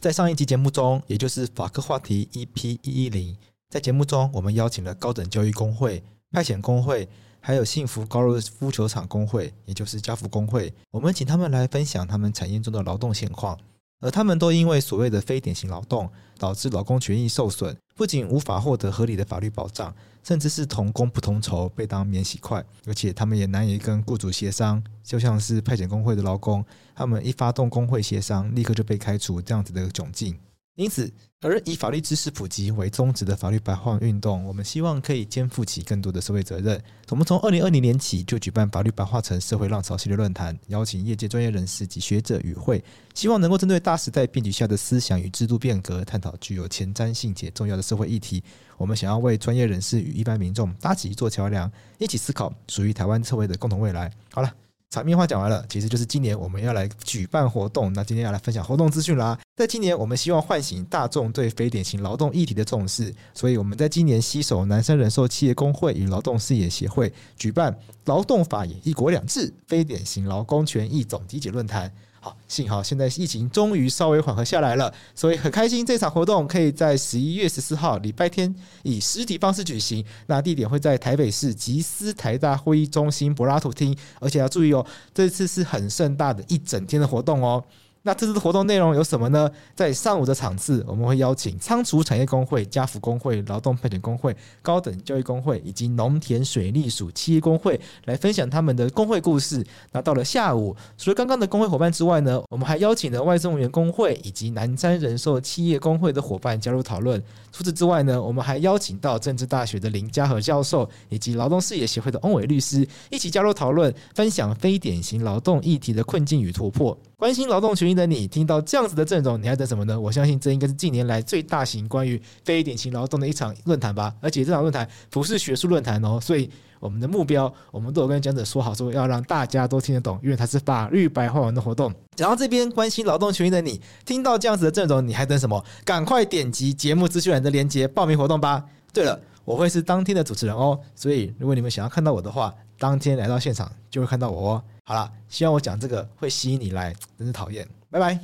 在上一集节目中，也就是法科话题 EP 一一零，在节目中我们邀请了高等教育工会、派遣工会，还有幸福高尔夫球场工会，也就是家福工会，我们请他们来分享他们产业中的劳动现况。而他们都因为所谓的非典型劳动，导致劳工权益受损，不仅无法获得合理的法律保障，甚至是同工不同酬，被当免洗筷，而且他们也难以跟雇主协商。就像是派遣工会的劳工，他们一发动工会协商，立刻就被开除，这样子的窘境。因此，而以法律知识普及为宗旨的法律白话运动，我们希望可以肩负起更多的社会责任。我们从二零二零年起就举办法律白话城社会浪潮系列论坛，邀请业界专业人士及学者与会，希望能够针对大时代变局下的思想与制度变革，探讨具有前瞻性且重要的社会议题。我们想要为专业人士与一般民众搭起一座桥梁，一起思考属于台湾社会的共同未来。好了。场面话讲完了，其实就是今年我们要来举办活动。那今天要来分享活动资讯啦。在今年，我们希望唤醒大众对非典型劳动议题的重视，所以我们在今年携手南山人寿企业工会与劳动事业协会，举办《劳动法也一国两制：非典型劳工权益总集结论坛》。好，幸好现在疫情终于稍微缓和下来了，所以很开心这场活动可以在十一月十四号礼拜天以实体方式举行。那地点会在台北市集思台大会议中心柏拉图厅，而且要注意哦，这次是很盛大的一整天的活动哦。那这次的活动内容有什么呢？在上午的场次，我们会邀请仓储产业工会、家福工会、劳动配遣工会、高等教育工会以及农田水利署企业工会来分享他们的工会故事。那到了下午，除了刚刚的工会伙伴之外呢，我们还邀请了外送员工会以及南山人寿企业工会的伙伴加入讨论。除此之外呢，我们还邀请到政治大学的林家和教授以及劳动事业协会的翁伟律师一起加入讨论，分享非典型劳动议题的困境与突破。关心劳动权益的你，听到这样子的阵容，你还等什么呢？我相信这应该是近年来最大型关于非典型劳动的一场论坛吧。而且这场论坛不是学术论坛哦，所以我们的目标，我们都有跟讲者说好，说要让大家都听得懂，因为它是法律白话文的活动。讲到这边，关心劳动权益的你，听到这样子的阵容，你还等什么？赶快点击节目资讯栏的链接报名活动吧。对了，我会是当天的主持人哦，所以如果你们想要看到我的话，当天来到现场就会看到我哦。好啦，希望我讲这个会吸引你来，真是讨厌。拜拜，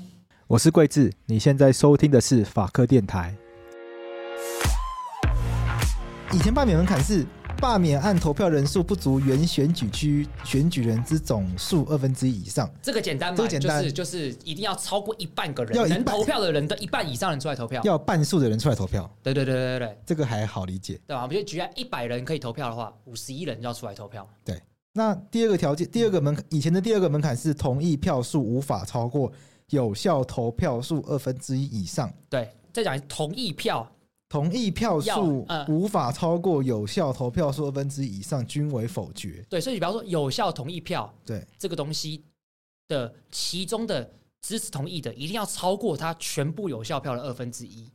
我是桂智，你现在收听的是法科电台。以前罢免门槛是罢免案投票人数不足原选举区选举人之总数二分之一以上。这个简单嘛，这个简单就是就是一定要超过一半个要人一半能投票的人的一半以上人出来投票。要半数的人出来投票，对对对对对对，这个还好理解。对吧？我们就举例，一百人可以投票的话，五十一人就要出来投票嘛。对，那第二个条件，第二个门槛，以前的第二个门槛是同意票数无法超过有效投票数二分之一以上，对，再讲同意票，同意票数要呃无法超过有效投票数二分之一以上，均为否决。对，所以比方说有效同意票对，这个东西的其中的支持同意的，一定要超过他全部有效票的二分之一，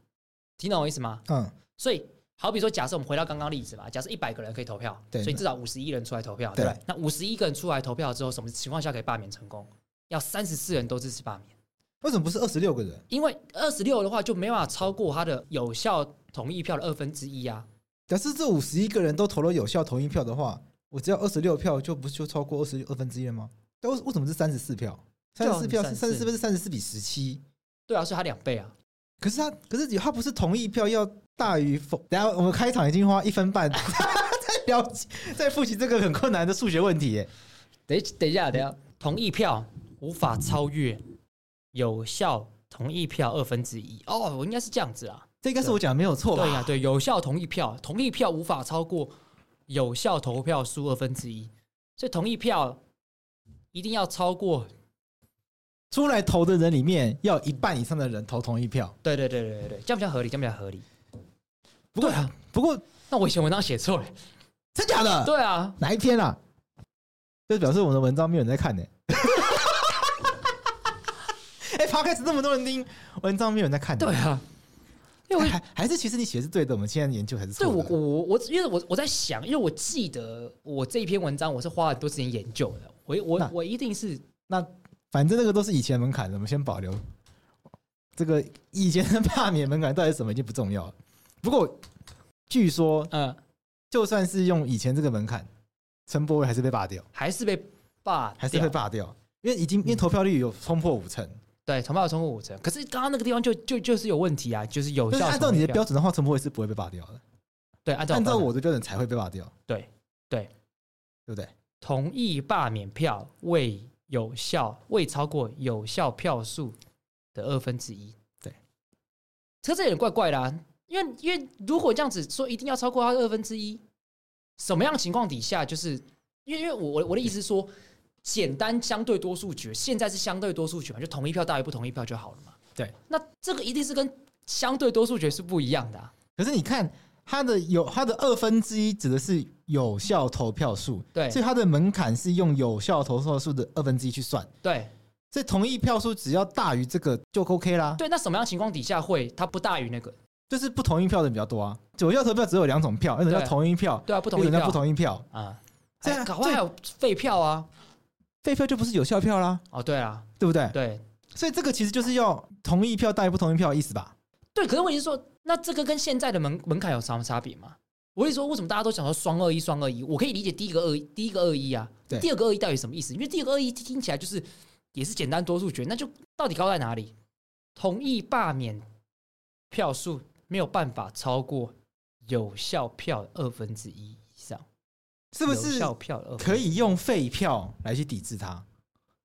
听懂我意思吗？嗯，所以，好比说，假设我们回到刚刚例子嘛，假设一百个人可以投票，对所以至少五十一人出来投票，对不对对？那五十一个人出来投票之后，什么情况下可以罢免成功？要三十四人都支持罢免，为什么不是二十六个人？因为二十六的话就没办法超过他的有效同意票的二分之一啊。假设这五十一个人都投了有效同意票的话，我只要二十六票，就不就超过二十二分之一了吗？但为为什么是三十四票？对三啊十四票是34三十四分是三十四比十七，对啊，所以他两倍啊。可是他可是他不是同意票要大于否？等一下我们开场已经花一分半 在了解在复习这个很困难的数学问题耶。等一等一下，等一下，嗯同意票无法超越有效同意票二分之一。哦，我应该是这样子啊。这应该是我讲的没有错吧？对呀、对，有效同意票，同意票无法超过有效投票数二分之一，所以同意票一定要超过。出来投的人里面要一半以上的人投同意票。对对对对对对，这样比较合理，这样比较合理。不过对啊，不过那我以前文章写错了。真假的？对啊，哪一篇啦、 就表示我们的文章没有人在看呢、哎、 podcast 那么多人听，文章没有人在看。对，啊，因为我还还是其实你写的是对的，我们现在研究还是错对的。我我我，因为我我在想，因为我记得我这一篇文章我是花了很多时间研究的，我我那我一定是那反正那个都是以前门槛的，我们先保留。这个以前的罢免门槛到底是什么已经不重要了。不过据说，呃，就算是用以前这个门槛，陈柏惟还是被罢掉，还是被罢掉，还是被罢掉，因为已经因为投票率有冲破五成。对，重票冲过五成。可是刚刚那个地方就就就是有问题啊，就是有啊但是效按照你的重票标准的话，陈柏惟是不会被罢掉的。对，按照按照标准我的标准才会被罢掉。对对，对不对？同意罢免票未有效未超过有效票数的二分之一。对，这这有点怪怪的、啊，因为因为如果这样子说，一定要超过它的二分之一，什么样的情况底下，就是因为因为我我我的意思是说，简单相对多数决，现在是相对多数决嘛，就同意票大于不同意票就好了嘛。对，那这个一定是跟相对多数决是不一样的、啊。可是你看，它的有它的二分之一指的是有效投票数，对所以它的门槛是用有效投票数的二分之一去算，对所以同意票数只要大于这个就 OK 啦。，对，那什么样的情况底下会它不大于那个？就是不同意票的人比较多啊。有效投票只有两种票，一种叫对同意票，对啊，不一同意种叫票不同意票。啊。这样哎搞不好还有废票啊！废票就不是有效票啦，哦，对啊，对不对？对所以这个其实就是要同意票大于不同意票的意思吧？对，可是问题是说，那这个跟现在的门门槛有什么差别吗？我是说，为什么大家都想说双二一、双二一？我可以理解第一个二一，第一个二一啊，对第二个二一到底什么意思？因为第二个二一听起来就是也是简单多数决，那就到底高在哪里？同意罢免票数没有办法超过有效票的二分之一以上，是不有是效票的2分之一可？以用废票来去抵制它？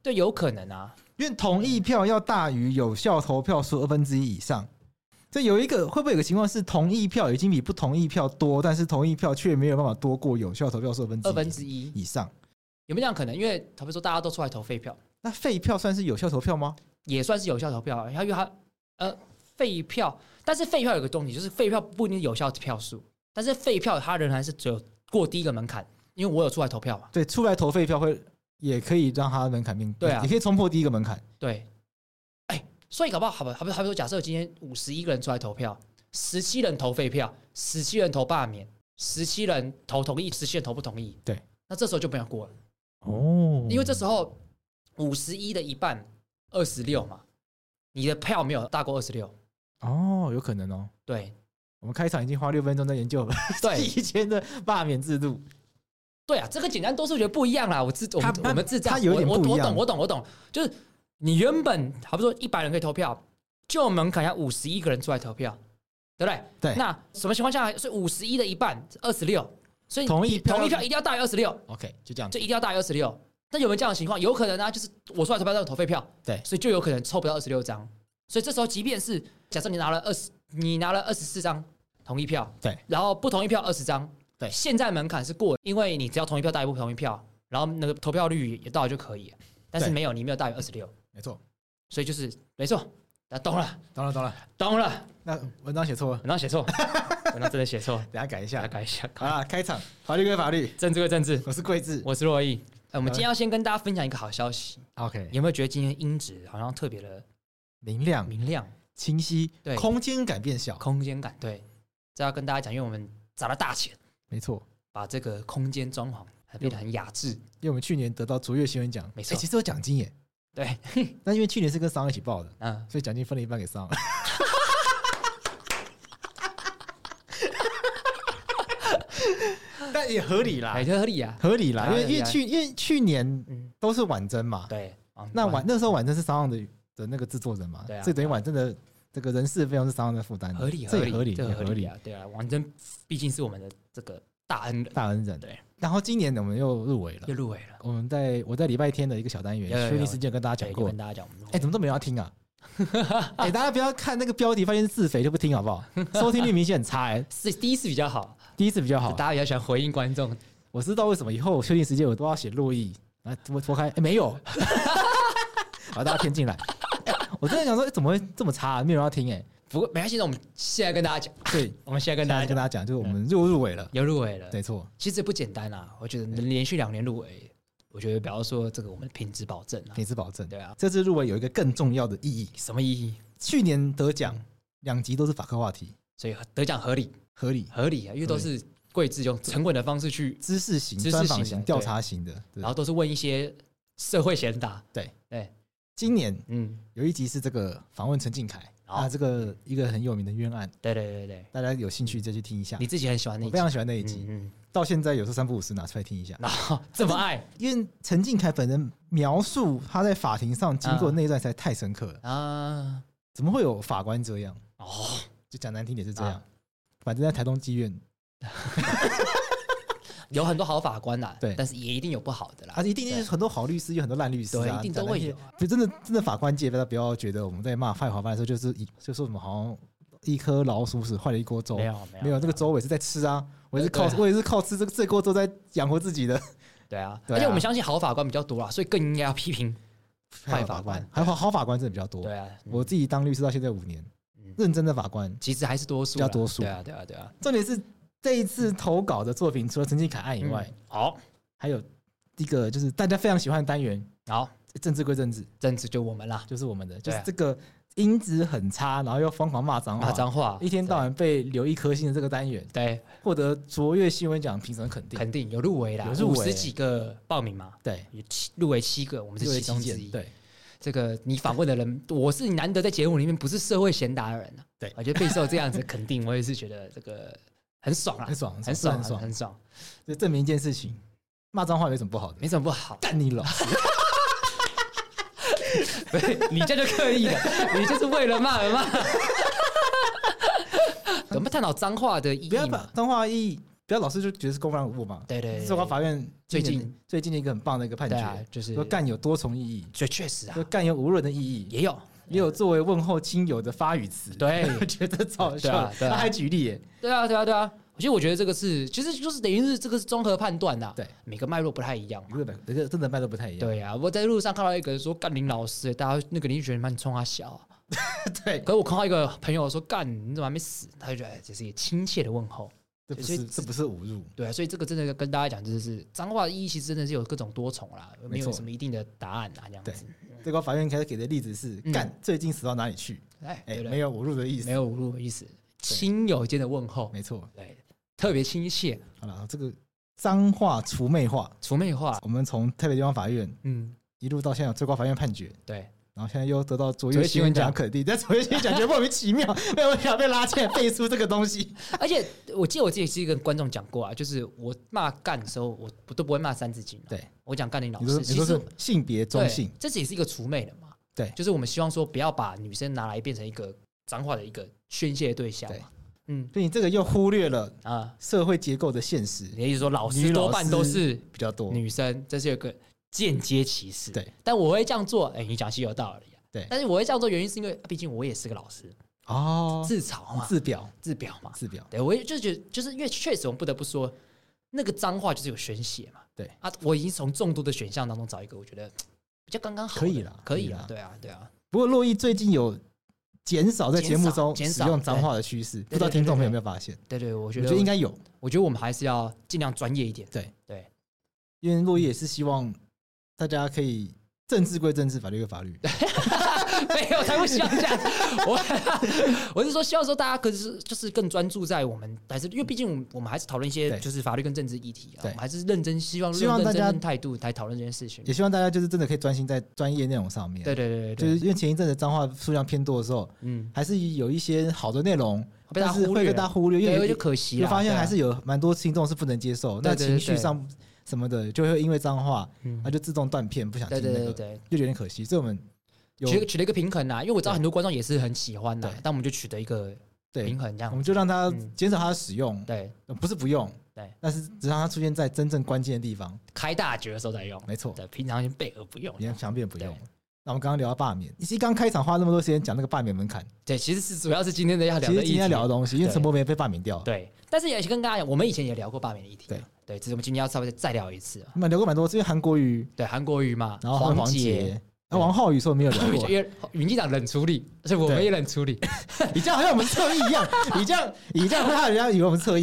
对，有可能啊。因为同意票要大于有效投票数二分之一以上。这有一个会不会有个情况是同意票已经比不同意票多，但是同意票却没有办法多过有效投票数二分之一以上？有没有这样可能？因为他们说大家都出来投废票，那废票算是有效投票吗？也算是有效投票，然后因为它呃废票，但是废票有个东西，就是废票不一定有效票数，但是废票它仍然是只有过第一个门槛，因为我有出来投票嘛，对，出来投废票会也可以让它门槛变，对啊也可以冲破第一个门槛。对，哎，所以搞不好好吧，好比好比说，假设今天五十一个人出来投票，十七人投废票，十七人投罢免，十七人投同意，十七人投不同意，对，那这时候就不要过了。哦因为这时候五十一的一半二十六嘛，你的票没有大过二十六，哦，有可能哦。对我们开场已经花六分钟在研究了 对以前的罢免制度，对啊，这个简单多数学不一样啦，我自我们它它我们智障，它有我点我不一我样懂我懂我懂，就是你原本好比说一百人可以投票，就门槛要五十一个人出来投票，对不对？对那什么情况下是五十一的一半二十六，26, 所以同意票同意票一定要大于二十六， OK 就这样就一定要大于二十六。那有没有这样的情况？有可能啊，就是我出来投票都有投废票，对所以就有可能凑不到二十六张。所以这时候，即便是假设你拿了二十，你拿了二十四张同意票，对，然后不同意票二十张，对现在门槛是过了，因为你只要同意票大于不同意票，然后那个投票率也到了就可以了。但是对没有，你没有大于二十六，没错。所以就是没错，那懂了，懂了懂了，懂了，那文章写错了，文章写 错，文章真的写错，等一下改一大下家。改一下，好啦，开场法律归法律，政治归政治，我是桂智。我是洛毅。哎，我们今天要先跟大家分享一个好消息， OK，有没有觉得今天音质好像特别的明亮、明亮，清晰，对空间感变小，空间感？对，这要跟大家讲，因为我们砸了大钱，没错。把这个空间装潢还变得很雅致。因为我们去年得到卓越新闻奖，没诶错其实有奖金耶。对，那因为去年是跟商一起报的，嗯，所以奖金分了一半给 商。但也合理啦海，特合理啊，嗯合理啦，因为合理因啊为去因为去年嗯，都是婉珍嘛，对，啊那婉那时候婉珍是商的的那个制作人嘛对，啊所以等于婉珍的这个人事费用是商的负担的，合理这也合合理，这也合合理啊，对啊，王真毕竟是我们的这个大恩人，大恩人。对，然后今年我们又入围了又，入围了，我们在我在礼拜天的一个小单元有有有确定事件跟大家对，讲就过跟，大家讲，我们入哎，围怎么都没人要听 啊？哎，大家不要看那个标题，发现是自肥就不听好不好？收听率明显很差哎，是第一次比较好，第一次比较好啊大。家比较喜欢回应观众，我知道为什么以后确定时间我都要写洛邑啊，我拖开哎没有， 把大家骗进来。哎我真的想说，哎怎么会这么差啊？没有人要听哎。不过没关系，那我们现在跟大家讲，对，我们现在跟跟大大家家跟大讲，家嗯讲，就是我们又入围了，又入围了，没错，其实不简单啊，我觉得能连续两年入围，我我觉得不要说这个我们品质保证啊，品质保证。对啊，这次入围有一个更重要的意义，什么意义？去年得奖两集都是法科话题，所以得奖合理，合理合理啊，因为都是贵志用沉稳的方式去，知识型、知识专型的访型、对调查型的。对然后都是问一些社会贤达，对对，今年嗯，有一集是这个访问陈敬凯，好啊，这个一个很有名的冤案，对对对对，大家有兴趣再去听一下你。自己很喜欢那我一非集，常喜欢那一集，嗯，嗯到现在有时候三不五时拿出来听一下，然后这么爱因为陈敬凯本人描述他在法庭上经过的那一段实在太深刻了。啊，怎么会有法官这样？哦，就讲难听点是这样啊，反正在台东妓院，有很多好法官啦，对但是也一定有不好的啦啊，，一定对是很多好律师，有很多烂律师对啊，一定都会有讲那些。就真的真的法官界，大家不要觉得我们在骂坏法官的时候，就是一就说我们好像一颗老鼠屎坏了一锅粥，没有没有啊没有，这个粥我也是在吃啊，我也是靠对对我也是靠吃这个这锅粥在养活自己的。对啊，对啊而且我们相信好法官比较多啦，所以更应该要批评，坏法官 还好好法官真的比较多。对啊，嗯我自己当律师到现在五年嗯，认真的法官，其实还是多数啦，比较多数对啊对啊对啊，重点是这一次投稿的作品，除了陈金凯案以外，嗯好还有一个就是大家非常喜欢的单元，好，政治归政治，政治就我们啦，就是我们的，就对是啊这个音质很差，然后又疯狂骂脏话，骂脏话，一天到晚被留一颗星的这个单元，对，获得卓越新闻奖评审肯定。肯定有入围啦，有入围十几个报名嘛，对，有七入围七个，我们是卓越其中旗之舰一。，对，这个你访问 的人，我是难得在节目里面不是社会贤达的人啊。对我觉得备受这样子的肯定，我也是觉得这个很爽啊很，爽，很爽，爽，很爽。很爽，这证明一件事情，骂脏话有什么不好的？没什么不好。 干你老师！不是你这就刻意的，你就是为了骂 而骂。我们探讨脏话的意不要义把嘛？脏话意义，不要老是就觉得是公然侮辱嘛。啊对对对最高法院最近今年最近的一个很棒的一个判对啊决，，就是说干有多重意义，确确实啊说，干有无论的意义，也有也有作为问候亲友的发语词。对我 觉得超好对笑啊的。对啊他还举例耶，对啊，对啊，对啊。其实我觉得这个是，其实就是等于是这个是综合判断的，对，每个脉络不太一样嘛。日本这个真的脉络不太一样。对呀、我在路上看到一个人说干林老师，欸大家那个林学蛮冲他笑、啊。对，可是我看到一个朋友说干你怎么还没死，他就觉得哎这是一个亲切的问候。这不所以是这不是侮辱，对啊、所以这个真的跟大家讲，就是脏话的意义其实真的是有各种多重啦，没没有错什么一定的答案啊，这样子。最高法院开始给的例子是嗯干最近死到哪里去？哎，哎对，不没对？有侮辱的意没思，有侮辱的意思，亲友间的问候，没错。对，特别亲切，好了，这个脏话除魅化，除魅化，我们从台北地方法院嗯，一路到现在有最高法院判决，对，然后现在又得到卓越新闻奖肯定，但卓越新闻奖觉得莫名其妙， 没有想被拉进来背书这个东西。而且我记得我自己是跟观众讲过啊，就是我骂干的时候，我我都不会骂三字经、啊，对，我讲干林老你说师，你其说实是性别中性对，，这是也是一个除魅的嘛。对就是我们希望说不要把女生拿来变成一个脏话的一个宣泄对象对嘛。嗯所以你这个又忽略了啊，社会结构的现实你的意思说老女师老多半都师是比较多。女生，这是有个间接歧视。对，但我会这样做，哎，你讲是有道理啊。对但是我会这样做原因是因为，毕竟我也是个老师，哦，自嘲嘛，自表自表嘛。自表，对，我也就觉得，就是因为确实我们不得不说，那个脏话就是有宣泄嘛。对啊，我已经从众多的选项当中找一个，我觉得嘖比较刚刚好的，可以啦可可以以啦啦，对啊，对啊。不过洛伊最近有减少在节目中减少减使少用脏话的趋势，不知道对对听众朋友有对对没有发现？对对，我我觉觉得得应该有，我觉得我们还是要尽量专业一点。对对， 因为洛伊也是希望大家可以政治归政治，法律归法律。没有，才会希望这样。 我我是说，希望说大家可是就是更专注在我们，还是因为毕竟我们我们还是讨论一些对就是法律跟政治议题啊，我对们还是认真希望希望认大真家跟态度来讨论这件事情也。希望大家就是真的可以专心在专业内容上面。对对对对就对，是因为前一阵子脏话数量偏多的时候，嗯，还是有一些好的内容，被但大家是忽会略被大家了，忽略，因对，为就可惜你了。发现对啊还是有蛮多听众是不能接受，对那对对情绪上什么的就会因为脏话，嗯他就自动断片，不想对听对那对个，对。啊就有点可惜。所以我们有取取了一个平衡啊，因为我知道对很多观众也是很喜欢的对，但我们就取得一个对平，衡，这我样们就让它嗯减少它的使用，对，呃不是不用，对，但是只让它出现在真正关键的地方。开大局的时候再用，没错，对，平常先备而不用。也强辩不用对。那我们刚刚聊到罢免，其实刚开场花那么多时间讲那个罢免门槛，对，其实是主要是今天的要聊其的实议今天题聊的东西，因为对陈柏梅被罢免掉，对，但是也跟大家讲，我们以前也聊过罢免的议题对啊，对，只是我们今天要稍微再聊一次啊。那么聊过蛮多，这边韩国瑜，对，韩国瑜嘛，然后黄杰，杰，那王浩宇说没有 聊过，因为民进党冷处理，所以我们对也冷处理。 你这样好像我们侧翼一 样，你这样你这样会让人家以为我们侧翼。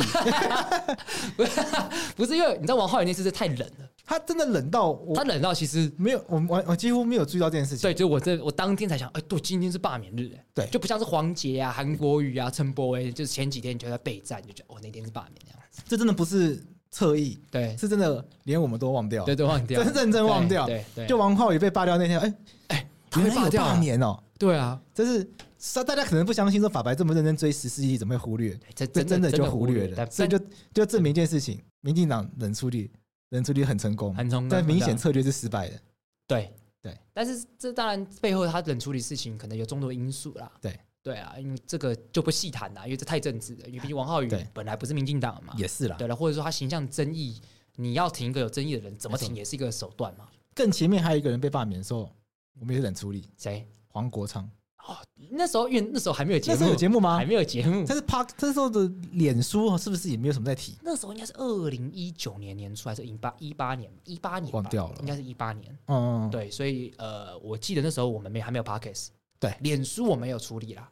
不是因为你知道王浩宇那次是太冷了，他真的冷到我他冷到其实没有，我我我几乎没有注意到这件事情。对，就我这我当天才想，哎，对，今天是罢免日，哎对就不像是黄杰啊、韩国瑜啊、陈柏威，就是前几天你就在备战，你就觉得哦那天是罢免这样子。这真的不是侧翼，对，是真的连我们都忘掉，对对，忘掉，真认真忘掉。对对，对就王浩宇被罢掉那天，哎哎，他原被来有罢掉啊罢免哦，对啊，这是是大家可能不相信说法白这么认真追十四亿，怎么会忽略？哎这这真真的就忽略了，但所以就就证明一件事情：民进党冷处理，冷处理很成功，很成功但明显很大策略是失败的。对对，但是这当然背后他冷处理事情可能有众多因素啦。对对啊，因为这个就不细谈啦，因为这太政治了。因为毕竟王浩宇对本来啊不是民进党嘛，也是啦，对了，或者说他形象争议，你要停一个有争议的人，怎么没错停也是一个手段嘛。更前面还有一个人被罢免的时候，我们也是冷处理，谁？黄国昌。那时候因为那时候还没有节那目，时候有节目吗还？没有节目。但是 Park 这时候的脸书是不是也没有什么在提？那时候应该是二零一九年年初还是一八一八年？一八年吧忘掉了应该是一八年。嗯，对，所以呃，我记得那时候我们没还没有 podcast，对脸书我没有处理啦，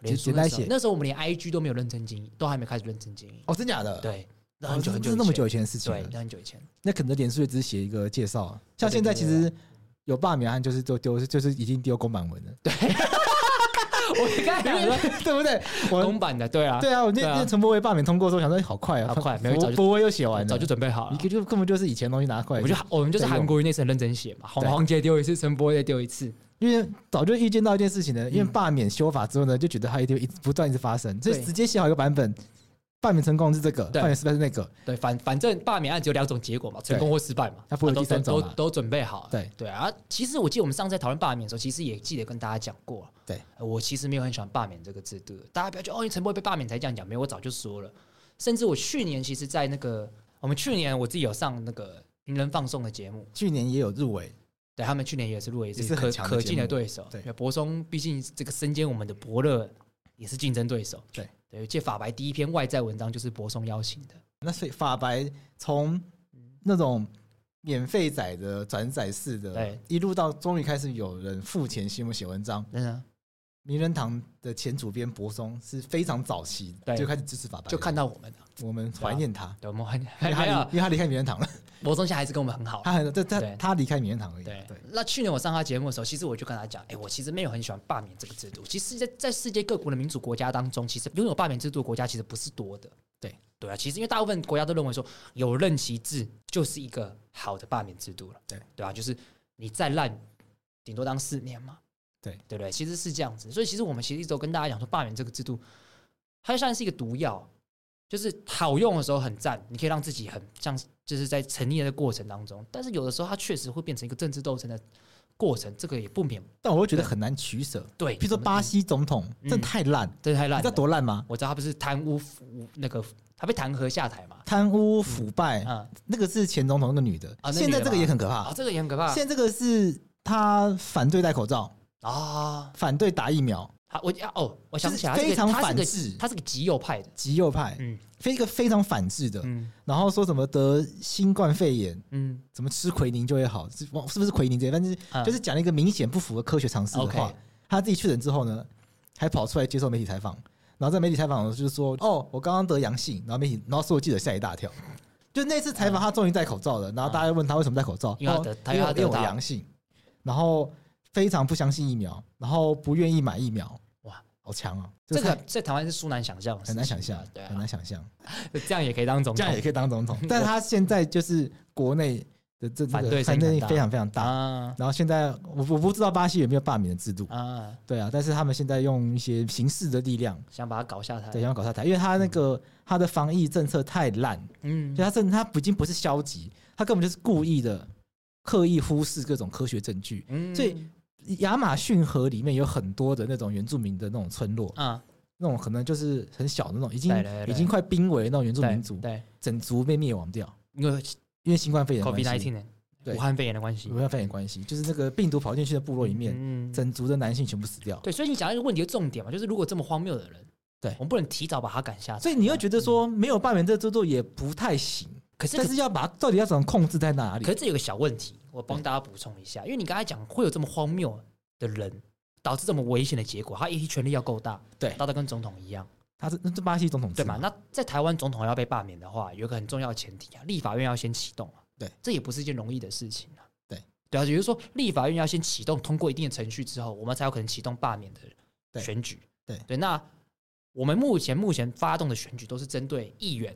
简脸书简单那时候写那时候我们连 IG 都没有认真经营，都还没开始认真经营，哦，真假的？，对，那哦很久这很这久，是那么久以，前的事情对，了。那很久 以前，那可能脸书也只是写一个介绍啊，像对现在对其对实有罢免案就是都丢，就是已经丢公版文了，我刚才讲说 对不对？我 公版的，对啊，对啊，我那对啊那陈柏惟罢免通过之后，想说哎好快啊，好快没有早柏就柏惟又写完了，早就准备好你了。就根本就是以前东西拿过我来，们就我们就是在用韩国瑜那次很认真写嘛，黄对黄杰丢一次，陈柏威再丢一次，因为早就预见到一件事情了，因为嗯罢免修法之后呢，就觉得它一定会一直不断一直发生，所以对直接写好一个版本，罢免成功是这个，对罢免失败是那个，对，反反正罢免案只有两种结果嘛，成功或失败嘛，它不会有啊都第三种都啦都都准备好了。对对啊，其实我记得我们上次在讨论罢免的时候，其实也记得跟大家讲过了。对呃，我其实没有很喜欢罢免这个制度，大家不要觉得哦，你陈柏惟被罢免才这样讲，没有，我早就说了。甚至我去年其实，在那个我们去年我自己有上那个名人放送的节目，去年也有入围，对他们去年也是入围一也是次很可强的可节敬的目对手。对因为柏松毕竟这个身兼我们的伯乐，也是竞争对手。对对，借法白第一篇外在文章就是柏松邀请的。那所以法白从那种免费仔的转载式的对，一路到终于开始有人付钱新闻写文章，真的，名人堂的前主编柏松是非常早期对就开始支持法白的，就看到我们了。我们怀念他，对，我们啊很因为他没离有因为他离开名人堂了，罗宗宪还是跟我们很好。他很他他对他离开名人堂而已，啊对对，那去年我上他节目的时候，其实我就跟他讲，哎、我其实没有很喜欢罢免这个制度。其实在，在世界各国的民主国家当中，其实拥有罢免制度的国家其实不是多的。对对啊，其实因为大部分国家都认为说，有任期制就是一个好的罢免制度了。对对啊，就是你再烂，顶多当四年嘛。对对不对？其实是这样子，所以其实我们其实一直都跟大家讲说，罢免这个制度，它就像是一个毒药，就是好用的时候很赞，你可以让自己很像就是在沉溺的过程当中，但是有的时候它确实会变成一个政治斗争的过程，这个也不免但我会觉得很难取舍。对。比如说巴，西总统，嗯真的太烂，这太你烂知道了，多烂吗？我知道他不是贪污腐那个，他被弹劾下台嘛？贪污腐败，啊那个是前总统那个女的，啊那女的现在这个也很可啊，怕。这个也很可怕现在这个是她反对戴口罩，啊！反对打疫苗，好，我啊哦，我想起来，就是非常他是个反制他是个极右派的，极右派，嗯非一个非常反制的。嗯然后说什么得新冠肺炎，嗯怎么吃奎宁就会好，是哇是不是奎宁这些？但是啊就是讲了一个明显不符合科学常识的话 OK。他自己确诊之后呢，还跑出来接受媒体采访，然后在媒体采访的时候就是说：“哦，我刚刚得阳性。”然后媒体，然后所有记者吓一大跳。就那次采访，他终于戴口罩了，然后大家问他为什么戴口罩，嗯因为他得哦他因为他我得因为我到阳性，然后非常不相信疫苗，然后不愿意买疫苗。哇哇，好强啊！这是个在台湾是殊难想象的事情啊，很难想象，对很啊，难想象。这样也可以当总这统样也可以当总统。但他现在就是国内的这反对声反音对很大非常非常大。啊然后现在我我不知道巴西有没有罢免的制度，啊，对啊，但是他们现在用一些形式的力量想把他搞下台在，想要搞下台，因为他那个他的防疫政策太烂，嗯所以，他甚至他已经不是消极，他根本就是故意的刻意忽视各种科学证据。嗯所以亚马逊河里面有很多的那种原住民的那种村落，啊，那种可能就是很小的那种，已对经对对已经快濒危的那种原住对民族，对，整族被灭亡掉，因为因为新冠肺炎的 COVID 关系。 nineteen 对武汉肺炎的关系武，汉肺炎关系，就是那个病毒跑进去的部落里面，嗯整族的男性全部死掉。对，所以你讲到一个问题的重点嘛，就是如果这么荒谬的人，对我们不能提早把他赶下台，所以你又觉得说没有罢免这制度也不太行，可是这但个是要把它到底要怎么控制在哪里可？是这有个小问题，我帮大家补充一下，因为你刚才讲会有这么荒谬的人，导致这么危险的结果，他一权力要够大，对大到跟总统一样，他是那这巴西总统制对嘛？？那在台湾总统要被罢免的话，有一个很重要的前提啊，立法院要先启动啊，对，这也不是一件容易的事情啊，对，对啊，也就是说，立法院要先启动，通过一定的程序之后，我们才有可能启动罢免的对选举，对对，那我们目前目前发动的选举都是针对议员、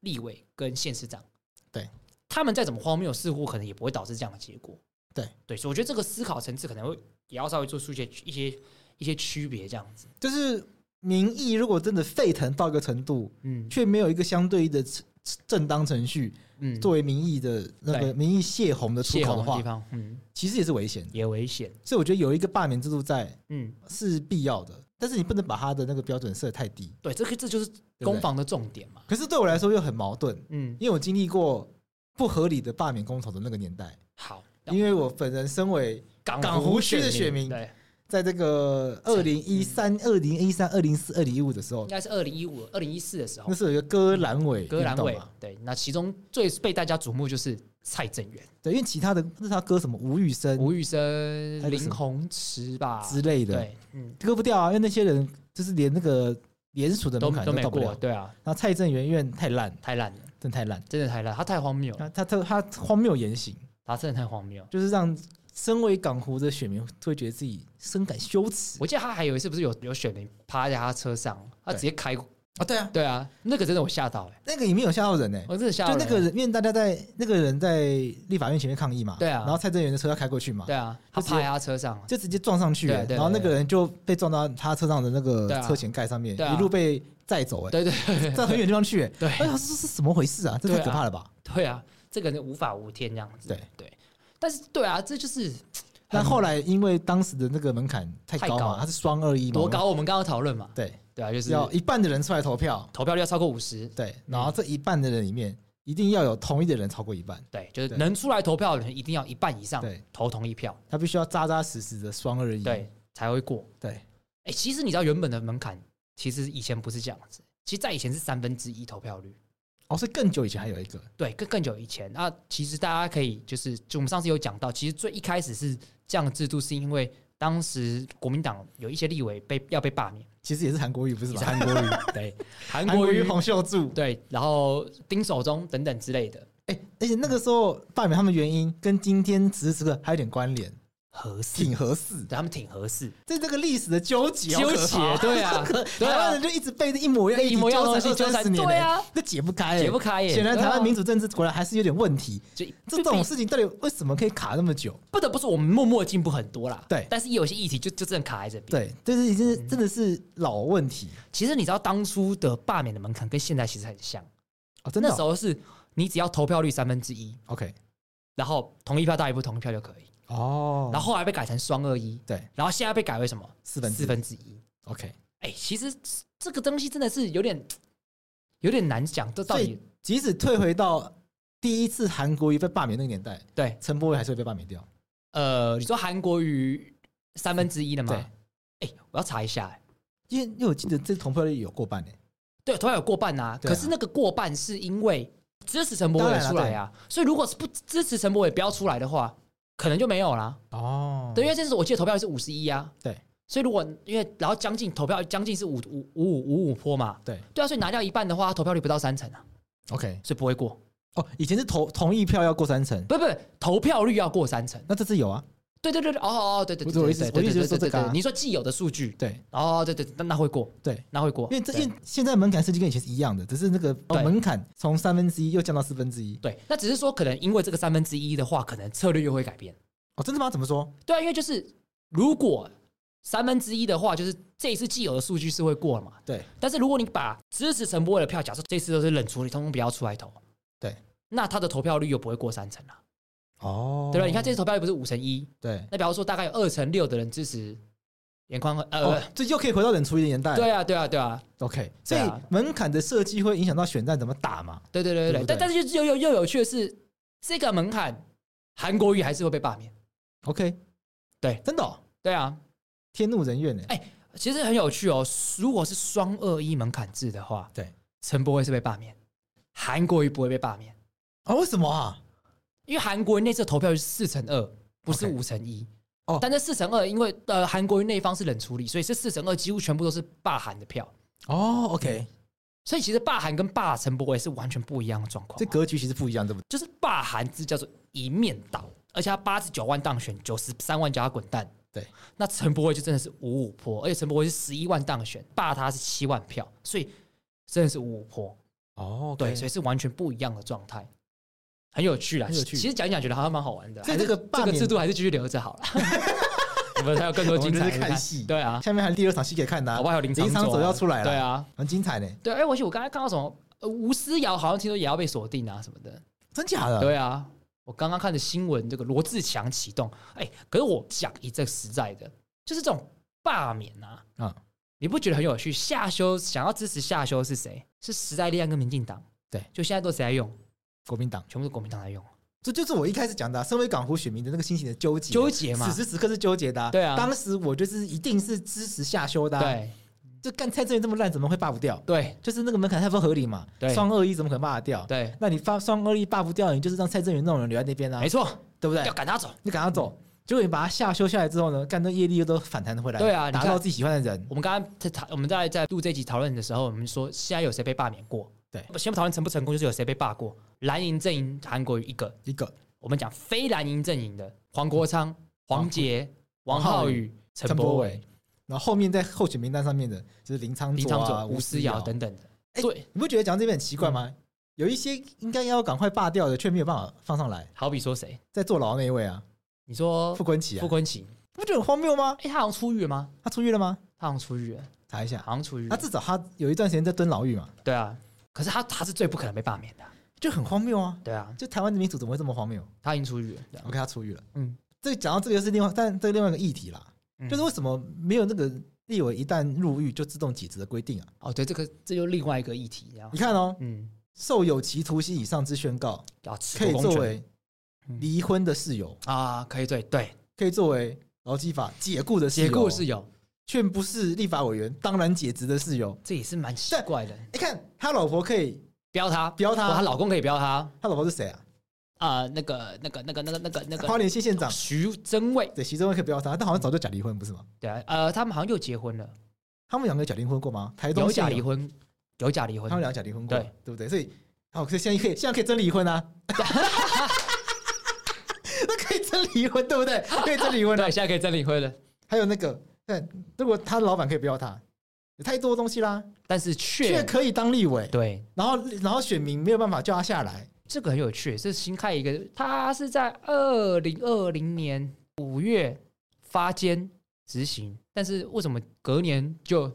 立委跟县市长。他们再怎么荒谬，似乎可能也不会导致这样的结果。对对，所以我觉得这个思考层次可能会也要稍微做出一些一些一些区别，这样子。就是民意如果真的沸腾到一个程度，嗯却没有一个相对应的正正当程序嗯，作为民意的那对个民意泄洪的出泄口洪的的地话，方，嗯，其实也是危险的。也危险。所以我觉得有一个罢免制度在嗯，是必要的，但是你不能把它的那个标准设得太低。对，这个这就是对攻防的重点嘛。可是对我来说又很矛盾，嗯，因为我经历过不合理的罢免公投的那个年代，好，因为我本人身为港港湖湖区的选民对，在这个二零一三、嗯二零一三、二零四、二零一五的时候应，该是二零一五、二零一四的时候那，是有一个戈兰委格兰运动伟嘛，对，那其中最被大家瞩目就是蔡正元、对，因为其他的那是他歌什么吴宇森吴玉生、还有个什林么鸿池吧之类的，对，嗯，割不掉啊，因为那些人就是连那个联署的嗯都门槛都没到不过，了。对啊，然后蔡正元院太烂，太烂了，真的太烂，真的太烂，他太荒谬了，他他他他荒谬言行，他真的太荒谬。就是让身为港湖的选民会觉得自己深感羞耻我记得他还有一次不是有有选民趴在他车上，他直接开，啊！对啊，对啊，那个真的我吓到哎、那个里面有吓到人呢、我真的吓到就那人欸。个人，因为大家在那个人在立法院前面抗议嘛，对啊然后蔡正元的车要开过去嘛，对啊，他就直接趴在他车上，就直接撞上去对了，对然后那对个人就被撞到他车上的那个对啊车前盖上面，对啊一路被载走，哎，对对对在很远的地方 去，哎，对哎呀，这是怎么回事啊？这对太啊可怕了吧！ 对啊，这个人无法无天这样子。对对，但是对啊，这就是那后来因为当时的那个门槛太啊太高高嘛，它是双二一嘛，多高？我们刚刚讨论嘛，对，对啊，就是嗯要一半的人出来投票，投票率要超过五十，对，然后这一半的人里面一定要有同意的人超过一半，对，就是对能出来投票的人一定要一半以上对投同一票，他必须要扎扎实实的双二一。对，才会过。对哎，其实你知道原本的门槛，其实以前不是这样子，其实在以前是三分之一投票率。哦，所以更久以前还有一个，对，更更久以前，那其实大家可以就是，就我们上次有讲到，其实最一开始是这样的制度，是因为当时国民党有一些立委被要被罢免，其实也是韩国瑜，不是也吗是？韩国 瑜，对，韩韩国国瑜、瑜，洪秀柱，对，然后丁守中等等之类的，哎，而且那个时候罢免他们原因跟今天此时此刻还有点关联，合适，挺合适对。他们挺合适，这这个历史的纠结好纠可结怕，对啊可对啊台湾人就一直被一模一样一模一样的的东西纠缠十年，对啊，这解不开，哎解不开耶显然对啊台湾民主政治果然还是有点问题。就这种事情到底为什么可以卡那么久？不得不说，我们默默进步很多啦，对但是也有些议题就就真的卡在这边。对，这是已经是嗯真的是老问题其实你知道当初的罢免的门槛跟现在其实很像，哦，真的那时哦。候是你只要投票率三分之一， OK，然后同意票大于不同意票就可以，哦，然后后来被改成双二一，对然后现在被改为什么？四分之一四分之一。 OK，哎，其实这个东西真的是有点有点难讲，这到所底以即使退回到第一次韩国瑜被罢免那个年代，对？陈柏惟还是会被罢免掉。呃，你说韩国瑜三分之一了对吗？哎，我要查一下。哎因为因为我记得这同票率有过半诶，欸对，同样有过半啊，对啊可是那个过半是因为支持陈柏当伟然啦出来啊，所以如果是不支持陈柏伟不要出来的话，可能就没有啦。哦对，因为这次我记得投票率是五十一啊，对所以如果因为然后将近投票将近是五五五五五五坡嘛，对对啊，所以拿掉一半的话，他投票率不到三成啊， ，OK，所以不会过。哦，以前是投同意票要过三成，不不，投票率要过三成。那这次有啊，对对对对，哦哦哦，对对我对，我意思对我意思对是说对对这个啊对对你说既有的数据，对哦对对，那那会过，对，那会过，因为这对因为现在门槛设计跟以前是一样的，只是那个哦对门槛从三分之一又降到四分之一。对，那只是说可能因为这个三分之一的话，可能策略又会改变。哦，真的吗？怎么说？对啊，因为就是如果三分之一的话，就是这一次既有的数据是会过了嘛。对但是如果你把支持陈柏伟的票，假设这次都是冷处理，通通不要出来投，对，那他的投票率又不会过三成了、哦对吧？你看这次投票率不是五成一，对那比方说大概有二成六的人支持严宽和呃，哦，这又可以回到冷处理的年代。对啊，对啊，对啊， OK，所对以啊门槛的设计会影响到选战怎么打嘛？对对对对对对。不但对但是又又又有趣的是，这个门槛韩国瑜还是会被罢免。 OK，对真的、哦、对啊，天怒人怨呢、哎其实很有趣哦。如果是双二一门槛制的话，对，陈柏威是被罢免，韩国瑜不会被罢免，啊？为什么啊？因为韩国瑜那次的投票是四乘二，不是 OK 五乘一。哦但这四乘二，因为呃韩国瑜那一方是冷处理，所以这四乘二几乎全部都是罢韩的票。哦，OK，所以其实罢韩跟罢陈柏惟是完全不一样的状况。这格局其实不一样，对不对？就是罢韩只叫做一面倒，而且他八十九万当选，九十三万叫他滚蛋。对，那陈柏惟就真的是五五坡，而且陈柏惟是十一万当选，罢他是七万票，所以真的是五五坡。哦，对，所以是完全不一样的状态，很有趣啦。很有趣其实讲一讲觉得好像蛮好玩的，所以还是这个罢这个免制度还是继续留 着好了。我们还有更多我精彩们的就是看戏对啊，下面还有第六场戏可以看的、搞不好还有林啊林场场走走要出来了，对，啊，很精彩呢，对。哎，我且我刚才看到什么呃吴思瑶好像听说也要被锁定啊什么的。真假的？对啊，我刚刚看的新闻，这个罗志强启动，哎、可是我讲一这实在的，就是这种罢免啊，嗯你不觉得很有趣？夏修想要支持夏修是谁？是时代力量跟民进党，对，就现在都谁在用？国民党，全部是国民党在用，这就是我一开始讲的啊、身为港湖选民的那个心情的纠结，啊纠结嘛此时此刻是纠结的、对啊当时我就是一定是支持下修的、，对就干蔡政元这么烂，怎么会罢不掉？对就是那个门槛太不合理嘛对，双二一怎么可能罢得掉？对，那你发双二一罢不掉，你就是让蔡正元那种人留在那边啊没，错，对不对哎要？赶他走。你赶他走，结果你把他下修下来之后呢，干那业力又都反弹回来，对啊你打看到自己喜欢的人，我们刚刚在讨，我们在在录这集讨论的时候，我们说现在有谁被罢免过？对，先不讨论成不成功，就是有谁被罢过。蓝营阵营韩国瑜一个，一个我们讲非蓝营阵营的黄国昌、黄杰、王浩宇、陈陈柏柏伟、伟，然后后面在候选名单上面的就是林昌林佐长啊、佐、吴思瑶等等的。哎对，你不觉得讲这边很奇怪嗯吗？有一些应该要赶快罢掉的，却没有办法放上来，好比说谁？在坐牢那一位啊，你说傅昆奇啊哦傅，昆奇？不觉得很荒谬吗？哎，他好像出狱了吗？他出狱了吗？他好像出狱了，查一下，好像出狱他了。至少他有一段时间在蹲牢狱嘛，对啊，可是他他是最不可能被罢免的。就很荒谬啊！对啊，就台湾的民主怎么会这么荒谬他已经出狱了。对啊？OK，他出狱了。嗯，这讲到这个又是另外，但这个另外一个议题啦，嗯就是为什么没有那个立委一旦入狱就自动解职的规定啊？哦，对，这个这就另外一个议题，然后你看哦，嗯，受有期徒刑以上之宣告，要持可以国公作权为离婚的事由，啊，可以对对，可以作为劳基法解雇的事由，解雇是有，却不是立法委员当然解职的事由。这也是蛮奇怪的。你看他老婆可以，标他，标他哦她老公可以标他他老婆是谁啊？啊，那个那个那个那个那个那个花莲县县长徐真卫，对，徐正威可以不要他，但好像早就假离婚不是吗？对啊，呃，他们好像又结婚了，他们两个假离婚过吗？台哎东有县假离，婚，有假离婚他，们两个假离婚过，对对不对？所以，哦，所以现在可以现在可以真离婚啊， 那可以真离婚，对不对？可以真离婚对，的。现在可以真离婚了。还有那个，但如果他的老板可以不要他，有太多东西啦，但是却却可以当立委，对然后然后选民没有办法叫他下来，这个很有趣，这是新开一个，他是在二零二零年五月发监执行，但是为什么隔年就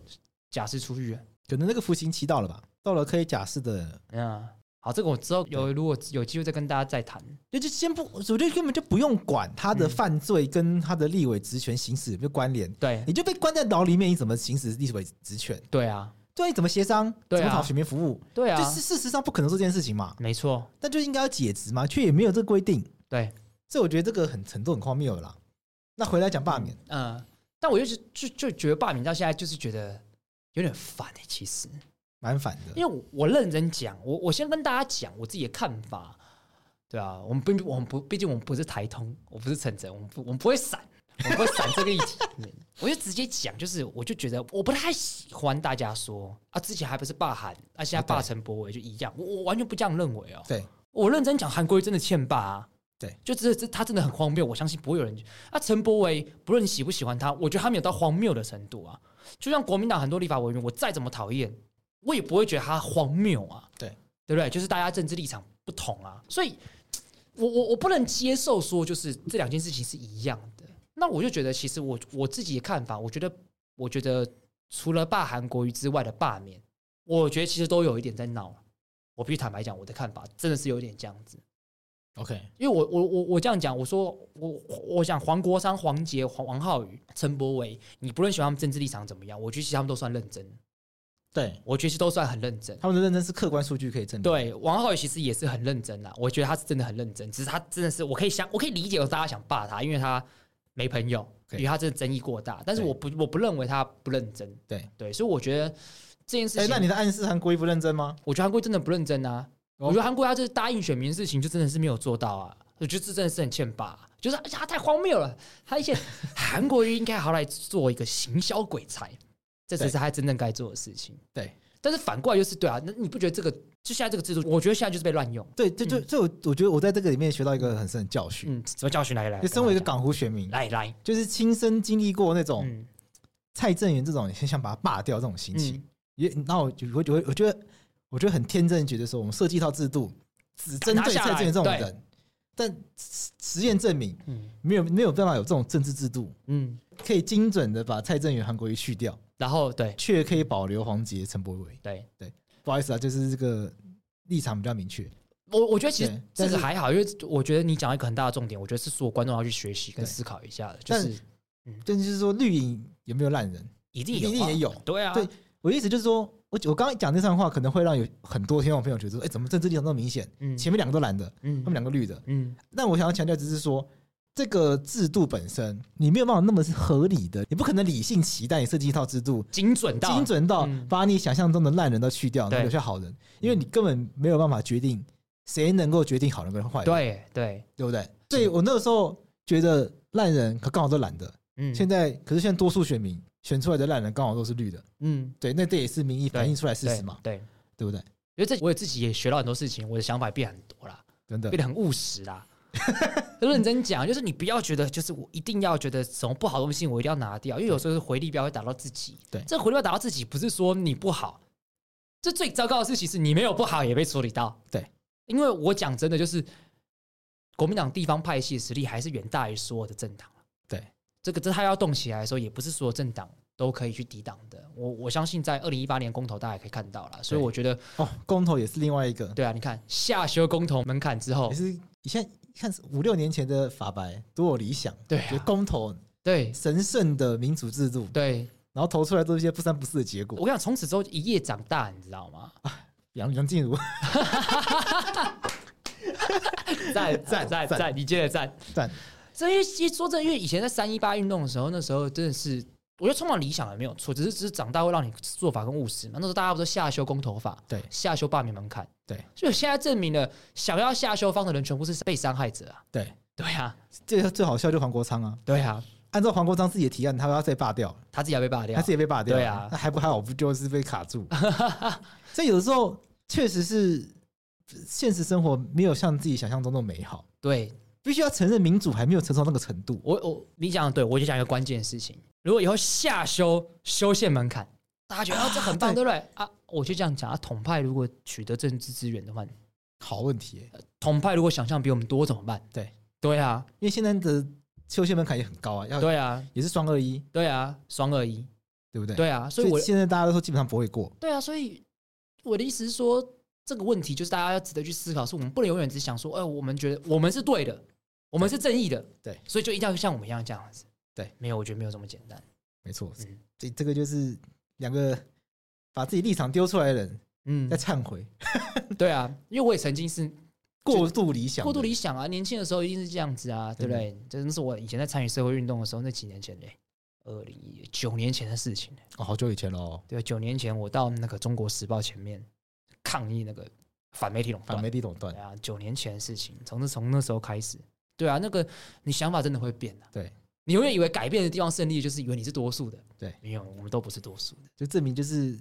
假释出狱啊？可能那个服刑期到了吧，到了可以假释的，嗯，好，这个我之后有如果有机会再跟大家再谈。就就先不，我觉得根本就不用管他的嗯犯罪跟他的立委职权行使有没有关联，对你就被关在牢里面，你怎么行使立委职权？对啊，对，你怎么协商？对啊怎么讨选民服务？对啊，就是事实上不可能做这件事情嘛，没错，那就应该要解职嘛，却也没有这个规定，对，所以我觉得这个很程度很荒谬啦。那回来讲罢免，嗯，但我就是就就觉得罢免到现在就是觉得有点烦哎、其实。蛮反的，因为我我认真讲，我我先跟大家讲我自己的看法，对啊，我们并我们不，毕竟我们不是台通，我不是陈真，我们不我们不会闪，我们不会闪这个议题，嗯 我就直接讲，就是我就觉得我不太喜欢大家说啊，之前还不是罢韩，啊，现在罢陈柏伟就一样，我我完全不这样认为哦，对，我认真讲，韩国瑜真的欠罢啊。对，就这这他真的很荒谬，我相信不会有人啊。陈柏惟不论你喜不喜欢他，我觉得他没有到荒谬的程度啊。就像国民党很多立法委员，我再怎么讨厌，我也不会觉得他荒谬啊。对，对不对？就是大家政治立场不同啊，所以我我我不能接受说就是这两件事情是一样的。那我就觉得，其实我我自己的看法，我觉得我觉得除了罢韩国瑜之外的罢免，我觉得其实都有一点在闹。我必须坦白讲，我的看法真的是有点这样子。 OK，因为我我我我这样讲，我说我我想黄国昌、黄杰、黄王浩宇、陈柏惟，你不论喜欢他们政治立场怎么样，我觉得其实他们都算认真，对，我觉得其实都算很认真。他们的认真是客观数据可以证明，，对，王浩宇其实也是很认真啦，我觉得他是真的很认真，只是他真的是我可以想，我可以理解有大家想霸他，因为他没朋友，因对为他真的争议过大。但是我不我不认为他不认真，对对，所以我觉得这件事哎，情，那你的暗示韩国瑜不认真吗？我觉得韩国瑜真的不认真啊，哦我觉得韩国他就是答应选民的事情，就真的是没有做到啊！我觉得这真的是很欠打，就是而且他太荒谬了。他 一些韩国瑜应该好来做一个行销鬼才，这才是他真正该做的事情。对，但是反过来就是对啊，那你不觉得这个就现在这个制度，我觉得现在就是被乱用。对，这就嗯这我我觉得我在这个里面学到一个很深的教训，嗯，什么教训来来？就身为一个赶港湖哦选民，快讲来来，就是亲身经历过那种嗯蔡正元这种很想把他罢掉这种心情嗯，也那我就我觉得我觉得我觉得很天真，觉得说我们设计一套制度只针拿对下来蔡正元这种对人，但实实验证明嗯没有没有办法有这种政治制度嗯，可以精准的把蔡正元、韩国瑜去掉，然后对却可以保留黄杰、陈柏惟。对，不好意思啊，就是这个立场比较明确。我我觉得其实对这但个是还好，因为我觉得你讲到一个很大的重点，我觉得是所有观众要去学习跟对思考一下的，就但是但就是说绿营有没有烂人？一定一有啊定也有。对啊，对我的意思就是说，我我刚刚讲那段话，可能会让有很多听众朋友觉得说，哎，怎么政治立场那么明显？嗯前面两个都蓝的，嗯他们两个绿的。嗯但我想要强调，只是说这个制度本身，你没有办法那么合理的，你不可能理性期待你设计一套制度，精准到精准到嗯把你想象中的烂人都去掉，对嗯然后留下好人，因为你根本没有办法决定谁能够决定好人跟坏人，对对，对不对？所以我那个时候觉得烂人可刚好都懒的，嗯，现在可是现在多数选民选出来的烂人刚好都是绿的，嗯对，那这也是民意反映出来事对实嘛，对，对不对？因为这我也自己也学到很多事情，我的想法也变很多啦，真的变，得很务实啦。 认真讲，就是你不要觉得，就是我一定要觉得什么不好的东西，我一定要拿掉，因为有时候是回力标会打到自己。对这回力标打到自己，不是说你不好，这最糟糕的事情是你没有不好也被处理到。对，因为我讲真的，就是国民党地方派系的实力还是远大于所有的政党。对，这个这他要动起来的时候，也不是所有政党都可以去抵挡的。我我相信在二零一八年公投，大家也可以看到了，所以对我觉得，哦，公投也是另外一个，对啊，你看下修公投门槛之后也，是你现在看五六年前的法白多有理想，对觉得啊，公投对神圣的民主制度，对，然后投出来都是一些不三不四的结我果。跟你讲，从此之后一夜长大，你知道 吗？杨杨静茹 赞赞赞赞赞，你接着赞。赞，这因为其实说真的，因为以前在三一八运动的时候，那时候真的是我觉得充满理想也没有错，只是只是长大会让你做法更务实嘛。那时候大家不都下修公投法，对下修罢免门槛，对，所以现在证明了想要下修方的人全部是被伤害者啊，对，对啊，这个最好笑就黄国昌啊，对啊，按照黄国昌自己的提案，他要被罢掉，他自己要被罢掉，他自己被罢掉，对啊那还不还好，不就是被卡 住？所以有的时候确实是现实生活没有像自己想象中那么美好，对必须要承认民主还没有成熟到那个程度。我我你讲的对，我就讲一个关键的事情，如果以后下修修宪门槛，大家觉得、啊、这很 棒，对对不对啊？我就这样讲啊，统派如果取得政治资源的话，好问题耶、统派如果想象比我们多怎么办？对对啊，因为现在的修宪门槛也很高啊，要对啊，也是双二一，对啊，双二一，对不对？对啊，所所以我以现在大家都说基本上不会过，对啊，所以我的意思是说，这个问题就是大家要值得去思考，是我们不能永远只想说，哎、我们觉得我们是对的，我们是正义的，对所以就一定要像我们一样这样子。对，没有，我觉得没有这么简单。没错嗯。这、这个就是两个把自己立场丢出来的人嗯在，忏悔， 对啊，因为我也曾经是过度理想的，嗯过度理想啊，年轻的时候一定是这样子啊，对不对？真的是我以前在参与社会运动的时候，那几年前嘞，二零一九年前的事情。哦，好久以前喽，对，九年前我到那个《中国时报》前面抗议那个反媒体垄反断。媒体垄断对。啊，九年前的事情，从那从那时候开始，对啊，那个你想法真的会变的、对，你永远以为改变的地方胜利，就是以为你是多数的。对没有，我们都不是多数的。就证明就是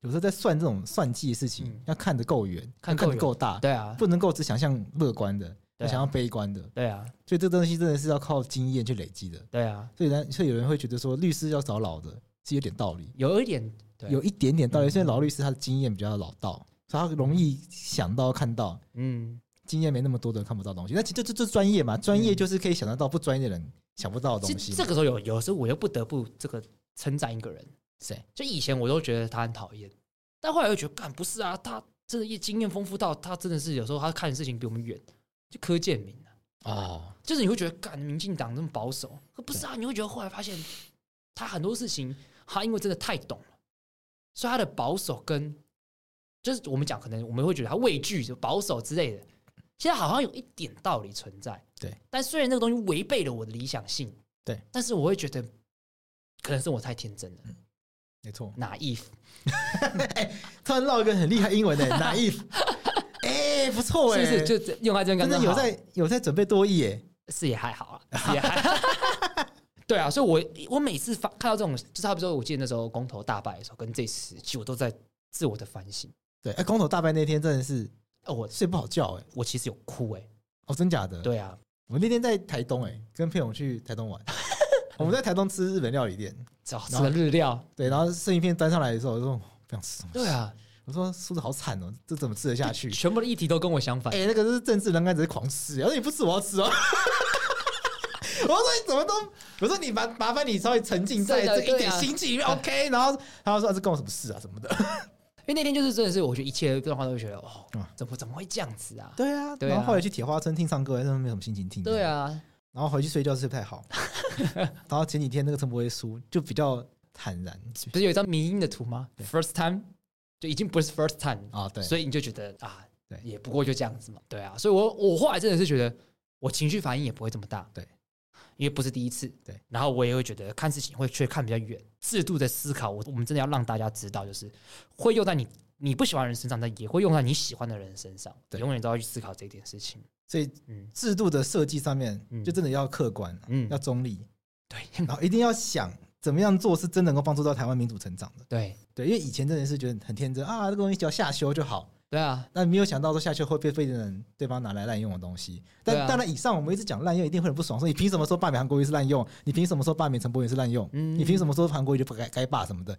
有时候在算这种算计的事情，嗯要看得够远，看看够得够大，对啊，不能够只想象乐观的，对要啊想要悲观的。对啊，所以这东西真的是要靠经验去累积的。对啊，所以呢，所以有人会觉得说，律师要找老的是有点道理，有一点对有一点点道理。嗯虽然老律师他的经验比较老道，所以他容易想到看到。嗯，经验没那么多的人看不到的东西，那其实这这这专业嘛，专业就是可以想得到不专业的人想不到的这东西嘛。嗯这个时候有有时候我又不得不这个称赞一个人，谁？就以前我都觉得他很讨厌，但后来又觉得，干不是啊，他真的经验丰富到他真的是有时候他看的事情比我们远，就柯建明啊，哦，就是你会觉得，干民进党那么保守，可不是啊，你会觉得后来发现他很多事情，他因为真的太懂了，所以他的保守跟就是我们讲，可能我们会觉得他畏惧、就保守之类的，现在好像有一点道理存在。对，但虽然那个东西违背了我的理想性，对，嗯但是我会觉得可能是我太天真了，没错。哪 if 突然唠一个很厉害英文的 naive。哎、哎，不错哎，是不是就用在这真边刚的刚有好？在有在准备多益哎，是也还好啊，是也还好。 对啊，所以我我每次发看到这种，就是差不多，我记得那时候公投大败的时候，跟这次，其实我都在自我的反省。对，哎，公投大败那天真的是呃，我睡不好觉哎，我其实有哭哎、哦，真假的？，对啊，我那天在台东哎，跟朋友去台 东玩，我们在台东吃日本料理店，早吃了日料，对，然后剩一片端上来的时候，我说哦不想吃东西，对啊，我说输的好惨哦，这怎么吃得下去？ 全部的议题都跟我相反。哎、那个是政治栏杆，只是狂吃，然后你不吃我要吃哦。 我说你怎么都，我说你麻麻烦你稍微沉浸在对的这一对点啊心情里 面、，OK？然后他说、啊、这关我什么事啊什么的。因为那天就是真的是，我觉得一切状况都会觉得，哦嗯，怎么怎么会这样子啊？对啊，对啊然后后来去铁花村听唱歌，真的没什么心情听。对，啊，然后回去睡觉睡不太 好。然后前几天那个陈柏威书就比较坦然不是有一张迷音的图吗？First time 就已经不是 first time，啊，对，所以你就觉得啊对，也不过就这样子嘛。对啊，所以我我后来真的是觉得，我情绪反应也不会这么大。对，因为不是第一次。对，然后我也会觉得看事情会去看比较远，制度的思考，我我们真的要让大家知道，就是会用在你你不喜欢的人身上，但也会用在你喜欢的人身上。对永远都要去思考这一件事情。所以嗯制度的设计上面嗯就真的要客观，嗯要，中立，对 然后一定要想怎么样做是真能够帮助到台湾民主成长的。对对，因为以前真的是觉得很天真啊，这个东西只要下修就好，对啊，但没有想到说下修会被被人对方拿来滥用的东西。但、对啊当然，以上我们一直讲滥用，一定会很不爽，说你凭什么说罢免韩国瑜是滥用？你凭什么说罢免陈柏宇是滥用？嗯你凭什么说韩国瑜就不该该罢什么的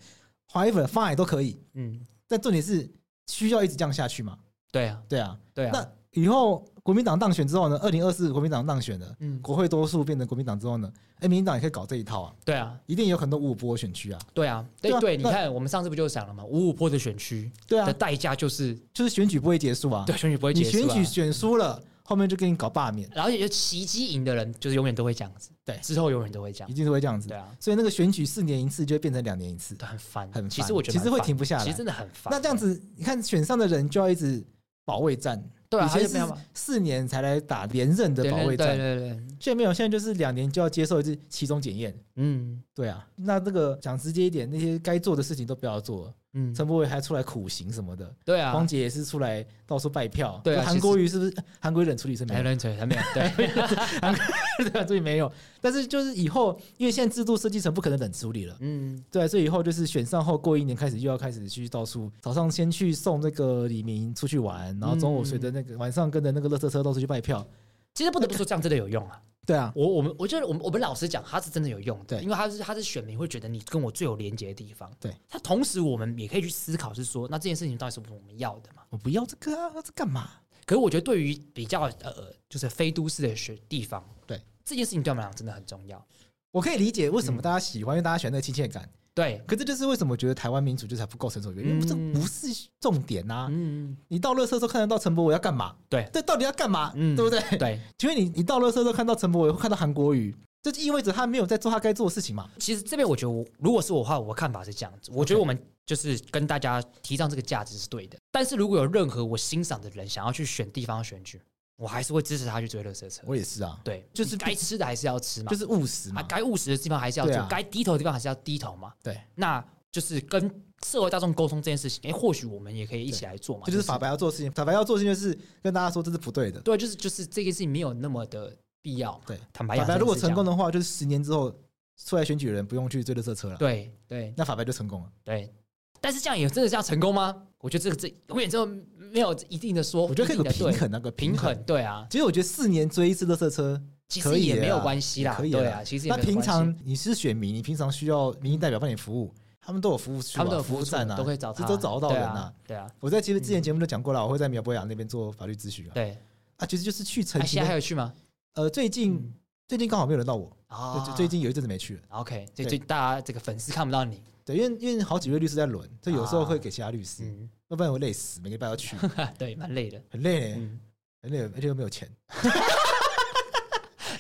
？However，方案都可以，嗯，但重点是需要一直这样下去嘛？对啊，对啊，对啊，那以后国民党当选之后呢？二零二四国民党当选了，嗯，国会多数变成国民党之后呢？哎，民进党也可以搞这一套啊，对啊，一定有很多五五波选区啊，对啊，对啊对对，你那看我们上次不就讲了吗？五五坡的选区对啊的，代价就是就是选举不会结束啊，对选举不会你结束啊选举选输了，后面就给你搞罢免，然后也就奇迹赢的人，就是永远都会这样子。对之后永远都会一这样。定是会这样子对。啊，所以那个选举四年一次，就会变成两年一次对，很烦。很烦其实我觉得其实会蛮烦停不下来其实真的很烦。那这样子，你看选上的人就要一直保卫战，对啊，以还前是没有是四年才来打连任的对保对卫对战，对对，现在没有，现在就是两年就要接受一次期中检验。嗯对啊，那这个讲直接一点，那些该做的事情都不要做了，嗯，陈柏伟还出来苦行什么的，对啊汪，杰也是出来到处拜票。对啊那韩国瑜是不是韩国瑜冷处理是没没有？人嘴，哎还没有 对对啊，所以没有。但是就是以后，因为现在制度设计成不可能冷处理了，嗯对啊、所以以后就是选上后过一年开始又要开始去到处，早上先去送那个李明出去玩，然后中午随着嗯那个、晚上跟着那个垃圾车到处去拜票。其实不得不说，这样真的有用啊！对啊，我我们我觉得我们我们老实讲，他是真的有用的，对因为他是他是选民会觉得你跟我最有连接的地方。对，他同时我们也可以去思考，是说那这件事情到底是我们要的嘛？我不要这个啊，这干嘛？可是我觉得对于比较呃，就是非都市的学地方，对这件事情对我们来讲真的很重要。我可以理解为嗯什么大家喜欢，因为大家喜欢那个亲切感。对，可这就是为什么我觉得台湾民主就是还不够成熟的原因，嗯因为这不是重点呐、嗯，你到乐色都看得到陈柏伟要干嘛？对这到底要干嘛？嗯对不对？对，请问你，你到乐色都看到陈柏伟，会看到韩国瑜，这就意味着他没有在做他该做的事情嘛？其实这边我觉得我，如果是我的话，我看法是这样子，我觉得我们就是跟大家提倡这个价值是对的，但是如果有任何我欣赏的人想要去选地方选举，我还是会支持他去追垃圾车。我也是啊，对，就是该吃的还是要吃嘛，就是务实嘛啊，。该务实的地方还是要做，对啊该低头的地方还是要低头嘛。对，那就是跟社会大众沟通这件事情，哎、或许我们也可以一起来做嘛。这就是法白要做的事情，法白要做的事情就是跟大家说这是不对的。对，就是就是这个事情没有那么的必要嘛。对，坦白法讲，白如果真的是成功这样，的话，就是十年之后出来选举的人不用去追乐色车了。，对对那法白就成功了。对，但是这样也真的这样成功吗？我觉得这个这永远就没有一定的说，我觉得可以有个一定的平对衡，那个平衡。衡，对啊，其实我觉得四年追一次乐色车其可实以也的没有啦关系啦，可以对的啊，其实也那没有平关系常你是选民，你平常需要民意代表帮你服务，他们都有服务区、啊，他们都有服务处站啊，都可以找这他，都找得到对人啊。，对啊，我在其实之前节目都讲过了，我会在苗博雅那边做法律咨询啊。嗯对。啊，其实就是去澄哎，清现在还那。有去吗？呃，最近嗯最近刚好没有人到我，啊对，就最近有一阵子没去了。 OK，所哦对以最大家这个粉丝看不到你，对，因为因为好几位律师在轮，所以有时候啊会给其他律师，嗯，要不然我累死，每个礼拜要去， 对，蛮累的。很累嘞， 嗯，很累，而且又没有钱。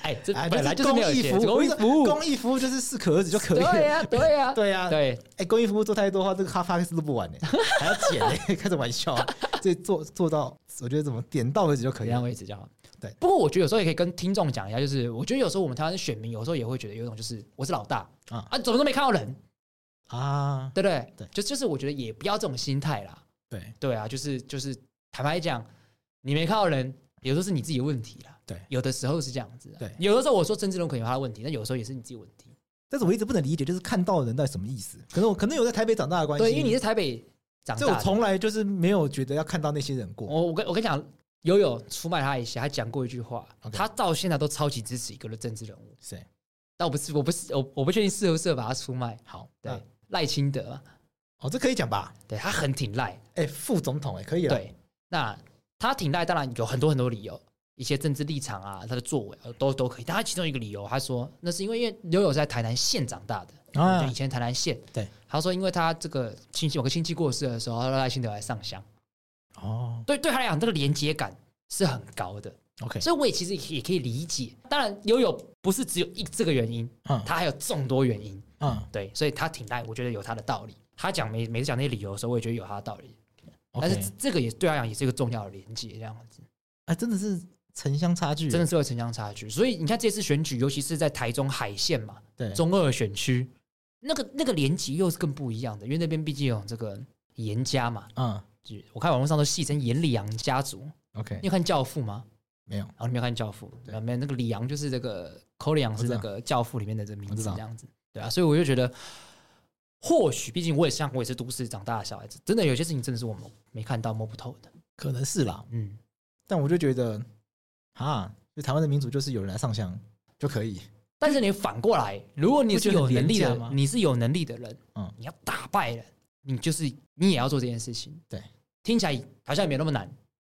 哎，这哎，本来就是公没有益钱，服务，公我益一直服务，公益服务就是适可而止就可以对了。呀，对 呀，对呀，对，哎，公益服务做太多的话，这个哈帕克斯都不 完呢，还要剪呢，开着玩笑啊，所以做做到，我觉得怎么点到为止就可可以以啊让了。位置就好。对不过我觉得有时候也可以跟听众讲一下，就是我觉得有时候我们台湾的选民有时候也会觉得有一种就是我是老大啊啊啊，怎么都没看到人，啊，对不对？对就就是我觉得也不要这种心态啦。对，对啊，就是就是坦白讲，你没看到人，有时候是你自己的问题啦。对有的时候是这样子啊。对有的时候我说郑志龙可能有他的问题，但有时候也是你自己的问题。但是我一直不能理解，就是看到的人到底什么意思？可能我可能有在台北长大的关系，对，因为你在台北长所以大我的，哦从来就是没有觉得要看到那些人过。我我跟我跟你讲，友友出卖他一下，他讲过一句话 OK 他到现在都超级支持一个政治人物，谁？但我不是我不是我我不确定适不适合把他出卖。好，对那，赖、清德嘛，哦，这可以讲吧？对他很挺赖，哎，副总统哎，可以了。对，那他挺赖，当然有很多很多理由，一些政治立场啊，他的作为啊都都可以。但他其中一个理由，他说那是因为因为刘友是在台南县长大的，啊就以前台南县。对，他说因为他这个亲戚有个亲戚过世的时候，他让赖清德来上香，哦对对他来讲这个连接感是很高的， ，OK，所以我也其实也可以理解。当然，刘友不是只有一这个原因，嗯他还有众多原因。嗯对，所以他挺赖，我觉得有他的道理。他讲每每次讲那些理由的时候，我也觉得有他的道理。但，OK，是这个也对他来讲也是一个重要的连接，这样子哎，真的是城乡差距，真的是会城乡差距。所以你看这次选举，尤其是在台中海线嘛，对，中二选区，那个那个连接又是更不一样的，因为那边毕竟有这个严家嘛，嗯就我看网络上都戏称严里阳家族。 ，OK，你有看《教父》吗？没有，然后你没有看《教父》，对没有那个李阳就是这个 c o l i a n 是知那道个《教父》里面的这名我字知道这样子，对啊，所以我就觉得，或许毕竟我也像我也是都市长大的小孩子，真的有些事情真的是我们没看到摸不透的，可能是啦。嗯，但我就觉得，啊，就台湾的民主就是有人来上香就可以，但是你反过来，如果你不是觉得有很能力廉价的吗，你是有能力的人，嗯你要打败人，你就是你也要做这件事情。对，听起来好像也没那么难。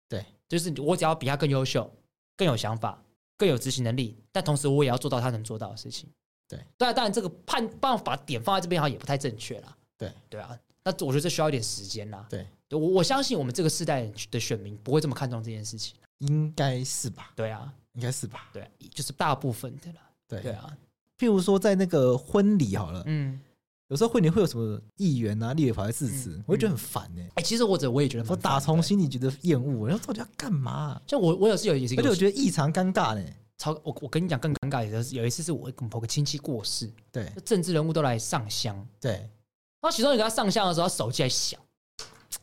对，就是我只要比他更优秀、更有想法、更有执行能力，但同时我也要做到他能做到的事情。对，当然，当然这个判办法点放在这边好像也不太正确啦。对，对啊，那我觉得这需要一点时间啦。对，我我相信我们这个世代的选民不会这么看重这件事情。应该是吧？对啊，应该是吧？对啊就是大部分的啦。对对，啊，譬如说在那个婚礼好了，嗯。有时候婚礼会有什么议员啊、立委跑来致嗯辞，我就觉得很烦呢。哎、其实我这我也觉得蛮我打烦从的，心里觉得厌恶，然后到底要干嘛啊？就我我有是有也是而且有我觉得异常尴尬呢。超我我跟你讲更尴尬的是有一次是我跟某个亲戚过世，对就政治人物都来上香，对，然后其中一个他上香的时候，他手机还响，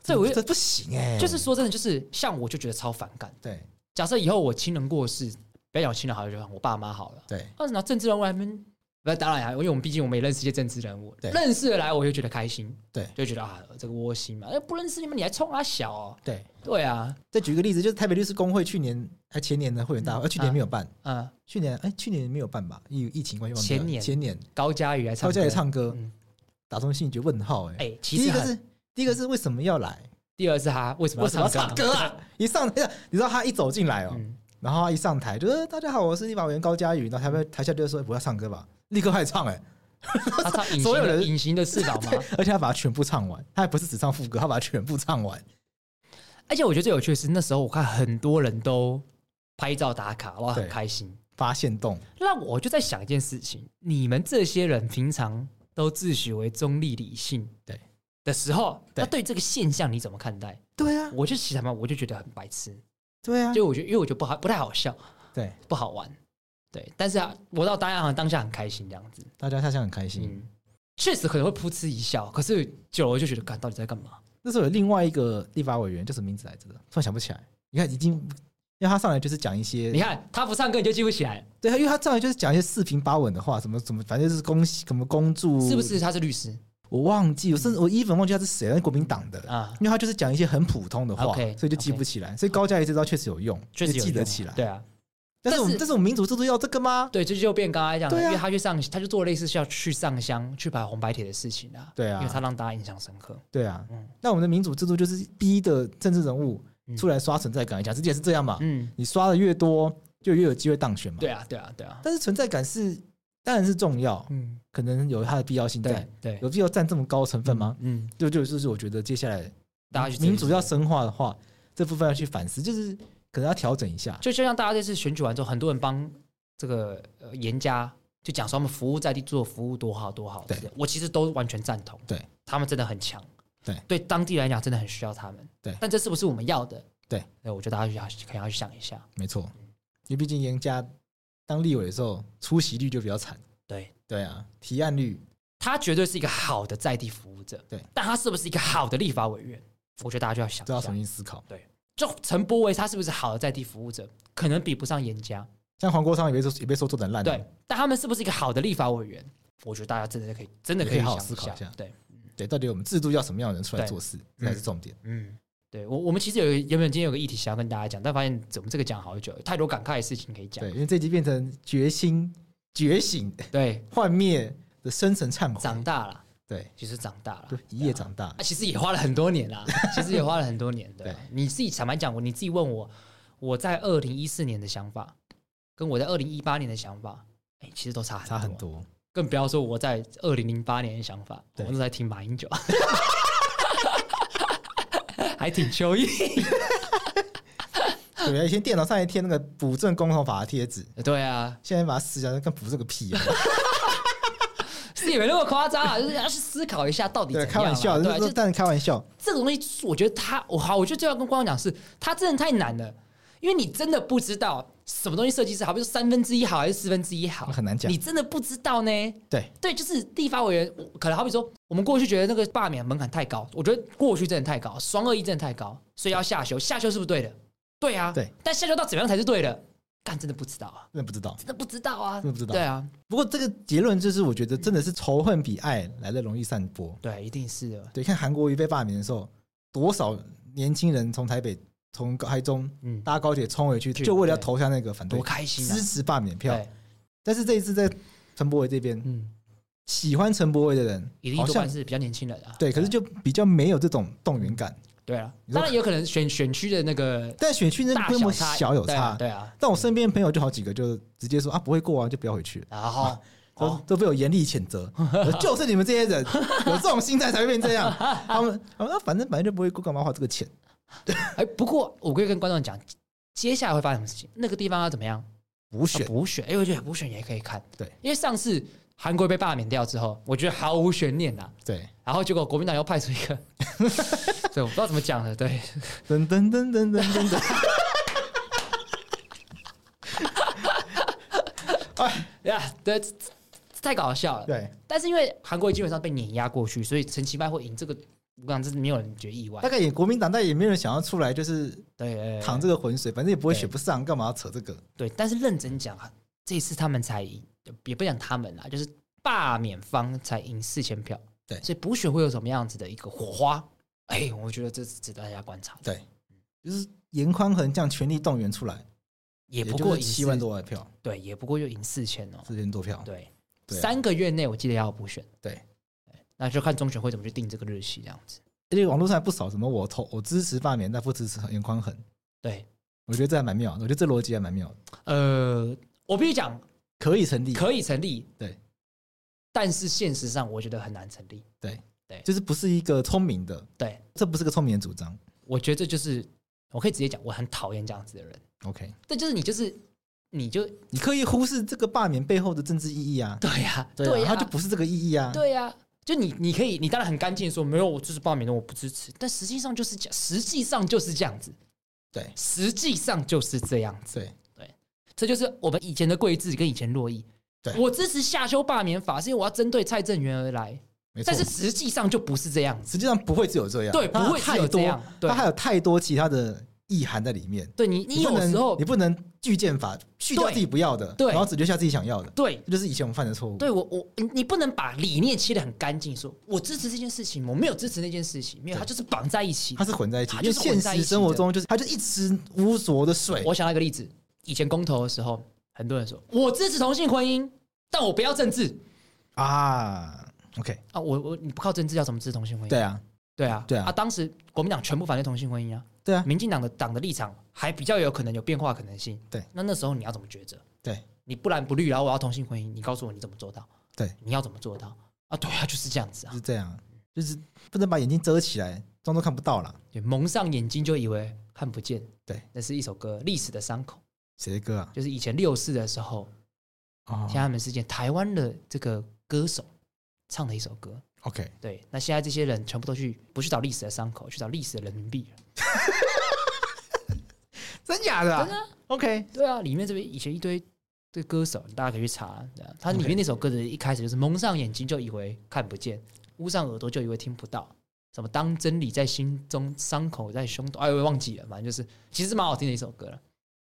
对我就这不行哎，就是说真的就是像我就觉得超反感。对假设以后我亲人过世，不要讲我亲人好了，就讲我爸妈好了，对但是拿政治人物来们。不要当然啊，因为我们毕竟我们也认识一些政治人物，对认识的来我就觉得开心，对就觉得啊这个窝心嘛，哎不认识你们你还冲他小哦，对。对啊，再举一个例子，就是台北律师工会去年还前年的会员大会，呃去年没有办，嗯，去年哎去年没有办吧？因为疫情关系忘记了前年前年高佳宇来唱超家歌，也唱歌，嗯打中心里觉得问号哎。哎，其第一实个很是第一个是为什么要来？第二是他为什么为要什么要唱唱歌啊？一上台， 你知道他一走进来哦， 嗯，然后他一上台就是大家好，我是立法委员高嘉瑜，然后台边台下就说哎不要唱歌吧，立刻开始唱哎， 他唱隐形所有的人隐形的翅 膀嘛。而且他把它全部唱完，他还不是只唱副歌，他把它全部唱完。而且我觉得最有趣的是，那时候我看很多人都拍照打卡，哇，对很开心。发现洞，那我就在想一件事情：你们这些人平常都自诩为中立理性，对的时候，对那对这个现象你怎么看待？对啊，我就其实他妈我就觉得很白痴，对啊，就我觉得因为我觉得不好，不太好笑，对，不好玩，对。但是啊，我到大家好像当下很开心这样子，大家下乡很开心。嗯，确实可能会噗嗤一笑，可是久了我就觉得，干到底在干嘛？那时候有另外一个立法委员叫什么名字来着的，突然想不起来。你看，已经因为他上来就是讲一些你，看他不唱歌你就记不起来，对，因为他上来就是讲一些四平八稳的话，什么什么，反正就是恭喜什么恭祝，是不是？？他是律师我忘记，我甚至我一粉忘记他是谁，那国民党的。啊，因为他就是讲一些很普通的话 OK，所以就记不起来。所以高嘉瑜这招确实有用，确实有就记用得啊起来。对啊，但是我但们是但是我们民主制度要这个吗？对，这就变刚才讲的，对啊因为他去上，他就做类似需要去上香、去摆红白帖的事情啊。对啊因为他让大家印象深刻。对啊嗯，那我们的民主制度就是逼的政治人物嗯出来刷存在感，讲自己也是这样嘛。嗯，你刷的越多，就越有机会当选嘛。对啊，对啊，对啊，但是存在感是当然是重要，嗯，可能有它的必要性在对，对，有必要占这么高成分吗？嗯，就就就是我觉得接下来大家去民主要审，深化的话，这部分要去反思，就是可能要调整一下。就就像大家这次选举完之后，很多人帮这个呃严家就讲说他们服务在地做服务多好多好，对是的我其实都完全赞同，对，他们真的很强，对对，当地来讲真的很需要他们，对但这是不是我们要的？对，对，我觉得大家要可能要去想一下，没错，因为毕竟严家当立委的时候出席率就比较惨。对，对啊，提案率他绝对是一个好的在地服务者，对，但他是不是一个好的立法委员，我觉得大家就要想啊都要一重下。新思考。对，就陈柏维他是不是好的在地服务者，可能比不上严家，像黄国昌也被说也被说做的烂啊，对，但他们是不是一个好的立法委员？我觉得大家真的可以，真的也可以可以好好想思考一下对，对，到底我们制度要什么样的人出来对做事，这才是重点。嗯，对我我们其实有一个原本今天有个议题想要跟大家讲，但发现我们这个讲好久，太多感慨的事情可以讲对，。因为这集变成决心、 觉醒、对，幻灭的深层忏长悔，大了，对，其实长大了，就一夜长大啊，。其实也花了很多年 啦，其实也花了很多年。对吧，啊你自己坦白讲，我你自己问我，我在二零一四年的想法，跟我在二零一八年的想法，哎、其实都差很差很多，多，更不要说我在二零零八年的想法，我对那时候在听马英九， 还挺秋意。对啊！以前电脑上还贴那个补正公投法的贴纸，对啊，现在把它撕下来，跟补正个屁 啊！是也没那么夸张啊，就是要去思考一下到底怎对，样啊。开玩笑，对啊，这就这当然开玩笑。这个东西，我觉得他，我好，我就最要跟观众讲是，他真的太难了，因为你真的不知道什么东西设计师好，比如说三分之一好还是四分之一好，那很难讲你真的不知道呢。对对，就是立法委员，我可能好比说，我们过去觉得那个罢免门槛太高，我觉得过去真的太高，双二一真的太高，所以要下修，下修是不是对的？对啊，对，但下修到怎么样才是对的？干，真的不知道啊，真的不知道。真的不知道啊，真的不知道对啊，不过这个结论就是，我觉得真的是仇恨比爱来的容易散播。对，一定是的，对，看韩国瑜被罢免的时候，多少年轻人从台北、从台中嗯，搭高铁冲回去，去就为了要对投下那个反对多开心啊支，持罢免票对。，但是这一次在陈柏伟这边，嗯，喜欢陈柏伟的人一定好多半像是比较年轻人啊，对，可是就比较没有这种动员感。对啊，你说当然有可能选选区的那个但选区那个大规模差小有对啊差，对啊。但我身边朋友就好几个就直接说啊不会过啊，就不要回去了。然 后都哦，都被我严厉谴 责，我说就是你们这些人有这种心态才会变这样。他们他们说啊反正本来就不会过，干嘛花这个钱？哎，不过我可以跟观众讲，接下来会发生什么事情？那个地方要怎么样？补选啊补选，哎，我觉得补选也可以看，对，因为上次韩国瑜被罢免掉之后，我觉得毫无悬念啦。对，然后结果国民党又派出 一个，对，我不知道怎么讲了，对，噔噔噔噔噔噔 噔。呀，对，这这这太搞笑了。对，但是因为韩国瑜基本上被碾压过去，所以陈其迈会赢这个，我讲这是没有人觉得意外大。概也国民党，但也没有人想要出来，就是对，对淌这个浑水，反正也不会选不上，干嘛要扯这个？对，但是认真讲啊，这次他们才赢，也不讲他们啦，就是罢免方才赢四千票。对所以补选会有什么样子的一个火花？哎，我觉得这是值得大家观察的。对，就是严宽恒这样全力动员出来，也也不就过是赢七四万，多万票，对，也不过就赢四千哦。四千多票。对，对啊三个月内我记得要补选。对对，那就看中选会怎么去定这个日期，这样子。而且网络上还不少什么我投我支持罢免，但不支持严宽恒，对，我觉得这还蛮妙，我觉得这逻辑还蛮妙的，呃，我必须讲可以成立，可以成立，对，但是现实上我觉得很难成立。就是不是一个聪明的，对，这不是个聪明的主张。我觉得这就是我可以直接讲，我很讨厌这样子的人。 OK，这就是你就是你就你刻意忽视这个罢免背后的政治意义啊，对呀、啊对呀、它就不是这个意义啊。对呀、就你你可以你当然很干净地说没有我就是报名的我不支持，但实际上就是这样，实际上就是这样子，对实际上就是这样子，对这就是我们以前的桂智跟以前洛伊。对我支持下修罢免法，是因为我要针对蔡正元而来，没错但是。实际上就不是这样子。实际上不会只有这样，对它不会只太有这多样对它还有太多其他的意涵在里面。对你，你不有能时候你不能拒剑法，去掉对自己不要的，对然后只留下自己想要的，对这就是以前我们犯的错误。对我我你你不能把理念切得很干净，说我支持这件事情，我没有支持那件事情，没有，对它就是绑在一起它。的是混在一起，它因就为是现混在一起的实生活中就是它就一池污浊的水。我想到一个例子，以前公投的时候，很多人说我支持同性婚姻，但我不要政治啊，OK，啊！我我你不靠政治要怎么支持同性婚姻？对啊，对啊，对啊啊，当时国民党全部反对同性婚姻啊，对啊，民进党的党的立场还比较有可能有变化可能性。对，那那时候你要怎么抉择？对，你不蓝不绿，啊然后我要同性婚姻，你告诉我你怎么做到？对，你要怎么做到？啊，对啊，就是这样子就啊，是这样，就是不能把眼睛遮起来，装作看不到啦。对蒙上眼睛就以为看不见。对，那是一首歌《历史的伤口谁的歌啊》，？就是以前六四的时候，哦天安门事件，台湾的这个歌手唱的一首歌。 ，OK，对，那现在这些人全部都去不去找历史的伤口，去找历史的人民币了。 真假的啊？真的啊 OK，对啊，里面这边以前一堆的歌手，大家可以去查。对啊他里面 OK 那首歌的一开始就是蒙上眼睛就以为看不见，捂上耳朵就以为听不到，什么当真理在心中，伤口在胸口，哎，我也忘记了，反正就是其实蛮好听的一首歌了。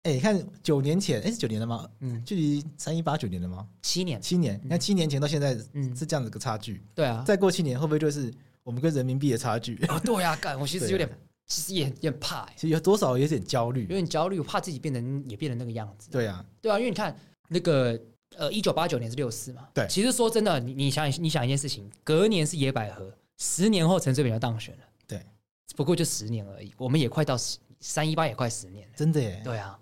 哎、你看九年前，哎、是九年了吗？嗯，距离三一八九年了吗？七年，七年，你看七年前到现在嗯，是这样子个差距，对啊，再过七年会不会就是我们跟人民币的差距？ 啊，对啊，干，我其实有点对，其实也也很怕、欸，其实有多少有点焦有虑。点焦虑，我怕自己变成也变成那个样子。对啊，对啊，因为你看那个呃，一九八九年是六四嘛，对其实说真的，你你想你想一件事情，隔年是野百合，十年后陈水扁就当选了，对，不过就十年而已，我们也快到十三一八也快十年了，真的耶，对啊，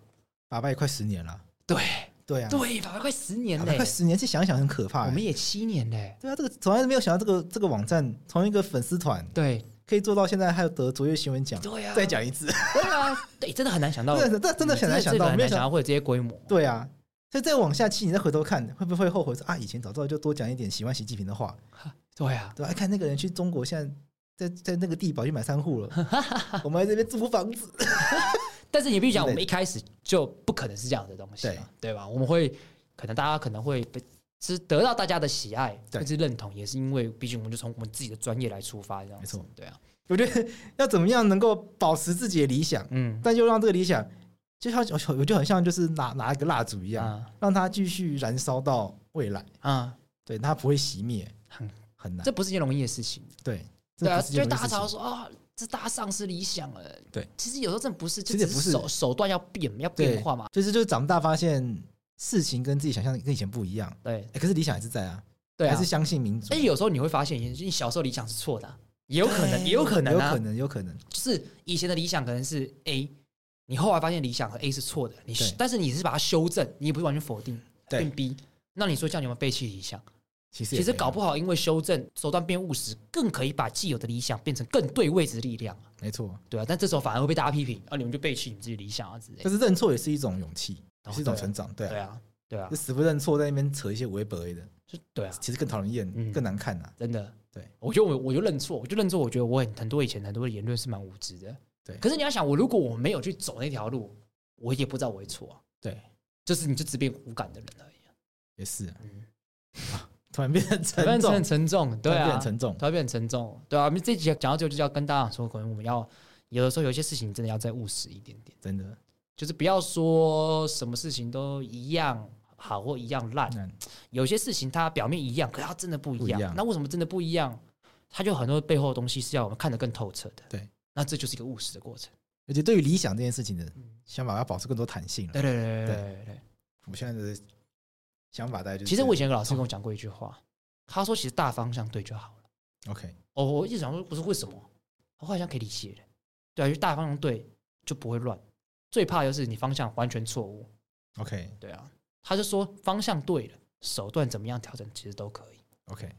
打败快十年了。对对啊，对，法白快十年打嘞败快，十年，这想想很可怕耶。我们也七年嘞，对啊，这个从来没有想到这个这个网站从一个粉丝团对可以做到现在还有得卓越新闻奖。对啊，再讲一次，对啊，对，真的很难想到， 真的这真的很难想到，很没有难想想到。到会有这些规模，对啊，所以再往下期你再回头看，会不会后悔说啊，以前早知道就多讲一点喜欢习近平的话，对啊，对吧、啊？看那个人去中国，现在在在那个地堡去买三 户了，我们还在这边租房子。但是你必须讲，之类的我们一开始就不可能是这样的东西嘛，对吧？我们会可能大家可能会被是得到大家的喜爱，对甚至认同，也是因为毕竟我们就从我们自己的专业来出发，这样子没错，对啊，我觉得要怎么样能够保持自己的理想，嗯但又让这个理想就像我就很像就是拿拿一个蜡烛一样，啊让它继续燃烧到未来，啊，对它不会熄灭，很很难这。不是一件容易的事情，对，对啊，这不是一就件大家容易的常常事情说啊，这大家丧失理想了，对，其实有时候真的不是，就其实也只不是手手段要变，要变对化嘛，就是就是长大发现事情跟自己想象跟以前不一样，对哎可是理想还是在啊，对还啊是，相信民主而，且有时候你会发现，你小时候理想是错的啊，也有可能，对也有可哎能有啊可，能，有可能，就是以前的理想可能是 A，你后来发现理想和 A 是错的，你对但是你是把它修正，你也不是完全否定，对变 B。那你说这样你有没有背弃理想？其实其也实没有啊搞不好，因为修正手段变务实，更可以把既有的理想变成更对位置的力量，没错，对啊。但这时候反而会被大家批评，啊，你们就背弃你们自己的理想啊之类的但。是认错也是一种勇气，也哦是一种对啊成长，对对啊，啊，对啊就，死不认错，在那边扯一些违背的，就对啊，其实更讨人嗯厌，更难看啊呐。真的。对，我觉得我我就认错，我就认错。我觉得我很很多以前很多的言论是蛮无知的。对可是你要想，我如果我没有去走那条路，我也不知道我会错啊。对，就是你就只变无感的人而已。也是啊，嗯， 突然变得突然沉变重很，沉重，对突然变啊，得沉重，突然变很沉重，对啊。我们这集讲到这，就是要跟大家说，可能我们要有的时候有些事情真的要再务实一点点，真的。就是不要说什么事情都一样好或一样烂，嗯有些事情它表面一样，可它真的不一样。不一样那为什么真的不一样？它就很多背后的东西是要我们看得更透彻的。对，那这就是一个务实的过程。而且对于理想这件事情的嗯想法要保持更多弹性了。对对对对对对对。我现在的想法大概就是这样，其实我以前有个老师跟我讲过一句话，他说其实大方向对就好了。 OK，哦，我一直想说不是为什么，我好像可以理解的。对啊，就大方向对就不会乱。最怕就是你方向完全错误。 OK 对啊，他就说方向对了，手段怎么样调整其实都可以， OK，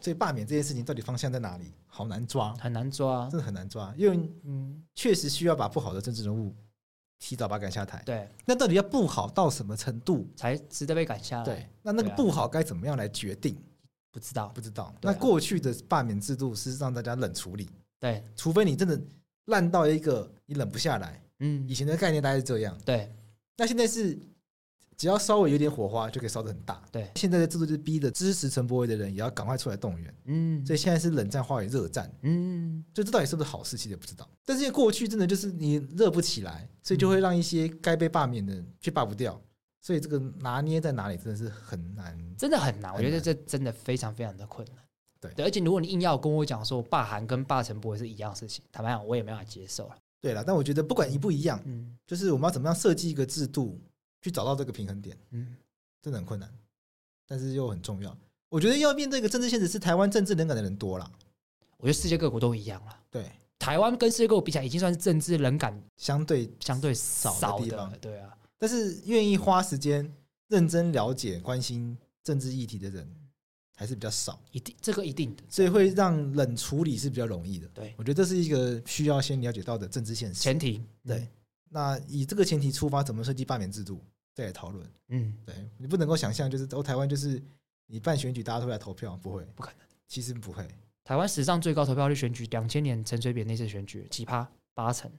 所以罢免这件事情到底方向在哪里，好难抓，很难抓。真的很难抓，因为嗯，确实需要把不好的政治人物提早把他赶下台。对，那到底要不好到什么程度？才值得被赶下来。对，，那那个对啊不好该怎么样来决定？不知道不。知道。对啊那过去的罢免制度是让大家冷处理，对，除非你真的烂到一个你冷不下来。嗯以，前的概念大概是这样，对那现在是只要稍微有点火花就可以烧得很大。对，现在的制度就是逼的支持陈柏惟的人也要赶快出来动员，嗯，所以现在是冷战化为热战，嗯，就这到底是不是好事，其实也不知道。但是因为过去真的就是你热不起来，所以就会让一些该被罢免的人却罢不掉，所以这个拿捏在哪里真的是很难。真的很难，我觉得很难这真的非常非常的困难。对而且如果你硬要跟我讲说霸韩跟霸城不会是一样的事情，坦白讲我也没办法接受了。对了，但我觉得不管一不一样，嗯就是我们要怎么样设计一个制度去找到这个平衡点，嗯，真的很困难，但是又很重要。我觉得要面对一个政治现实是台湾政治冷感的人多了，我觉得世界各国都一样了。对，台湾跟世界各国比起来，已经算是政治冷感相对相对少少的的地方对啊，但是愿意花时间认真了解、关心政治议题的人还是比较少，一定这个一定的，所以会让冷处理是比较容易的。对我觉得这是一个需要先了解到的政治现实。前提对，那以这个前提出发，怎么设计罢免制度，再来讨论。嗯，对你不能够想象，就是哦，台湾就是你办选举，大家都来投票，不会，不可能。其实不会。台湾史上最高投票率选举，两千年陈水扁那次选举几趴八成，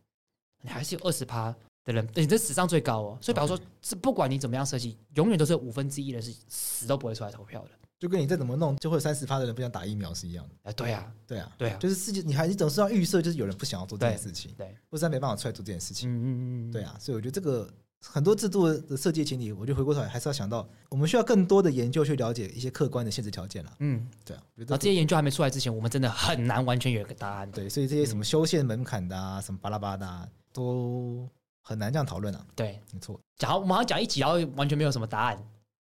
你还是有二十趴的人，你、这史嗯上最高哦。所以，比方说，是不管你怎么样设计，永远都是五分之一的人是死都不会出来投票的。就跟你再怎么弄，就会有三十趴的人不想打疫苗是一样的。哎，对啊，对啊，对啊就是世界，你还是总是要预设，就是有人不想要做这件对事情，对，或者他没办法出来做这件事情。嗯嗯嗯嗯，对，啊，所以我觉得这个很多制度的设计的前提，我就回过头来还是要想到，我们需要更多的研究去了解一些客观的限制条件啦。嗯。对啊，我觉然后得这些研究还没出来之前，我们真的很难完全有一个答案。对，所以这些嗯什么修宪门槛的啊，什么巴拉巴拉的、啊，都很难这样讨论啊。对，没错，讲我们好像讲一集，然后完全没有什么答案，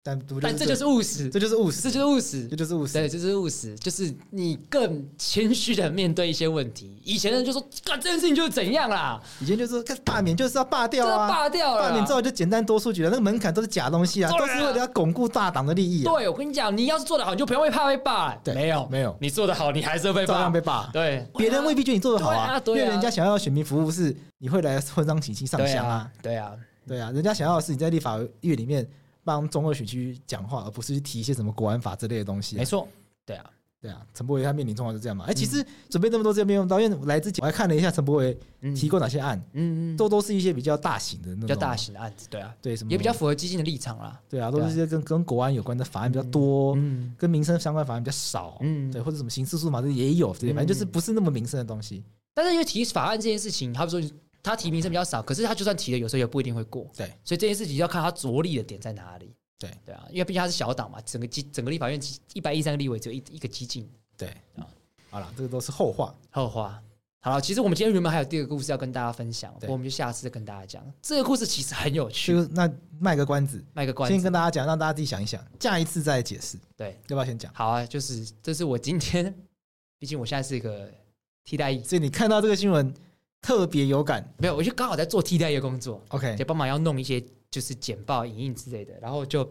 但我觉得但这就是务实，这就是务实，这就是务实这，就是务实对，。这就是务实，就是你更谦虚的面对一些问题。以前人就说，干这件事情就是怎样啦，以前就是看罢免就是要罢这掉个啊，罢掉了罢啦。免之后就简单多数决了，那个门槛都是假东西啊，对啊都是为了要巩固大党的利益啊。对我跟你讲，你要是做得好，你就不用被怕被罢了。对没有没有你做得好，你还是会被照罢样。被罢。对，别人未必觉得你做的好啊，对啊对啊因为人家想要选民服务是你会来婚商请亲上对香啊啊，，对啊，对啊，人家想要的是你在立法院里面帮中二选区讲话，而不是去提一些什么国安法之类的东西、没，错，对啊，对啊，陈柏惟他面临状况就这样嘛。哎、嗯其实准备那么多资料没用到，因为我来之前我还看了一下陈柏惟嗯提过哪些案，嗯，嗯都都是一些比较大型的那种，比较大，型的案子，对啊，对什么也比较符合激进的立场啦。对啊，都是一些跟跟国安有关的法案比较嗯多，嗯跟民生相关法案比较少，嗯，对，或者什么刑事诉讼法这也有，对，反正就是嗯不是那么民生的东西。但是因为提法案这件事情，他们说他提名声比较少，可是他就算提了，有时候也不一定会过。对，所以这件事情要看他着力的点在哪里。对对啊，因为毕竟他是小党嘛，整个基整个立法院一百一三个立委只有一一个激进对啊，好了，这个都是后话。后话。好了，其实我们今天原本还有第二个故事要跟大家分享，不对过我们就下次再跟大家讲。这个故事其实很有趣，就那卖个关子，卖个关先子。跟大家讲，让大家自己想一想，下一次再解释，对，要不要先讲？好啊，就是这是我今天，毕竟我现在是一个替代役，所以你看到这个新闻特别有感没有，我就刚好在做替代役的工作。 ，OK，就帮忙要弄一些就是简报、影印之类的，然后就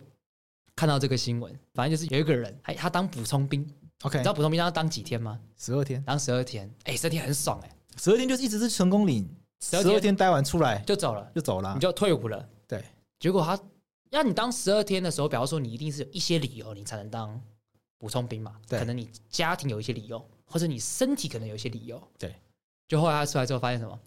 看到这个新闻，反正就是有一个人，还他当补充兵，你 OK，知道补充兵要当几天吗？十二天，当十二天，哎、十二天很爽哎、十二天就是一直是成功领，十12天二天待完出来就走了，就走了你，就退伍了。啊对，结果他要你当十二天的时候，比方说你一定是有一些理由你才能当补充兵嘛，对可能你家庭有一些理由，或者你身体可能有一些理由，对。就后来他出来之后发现什么？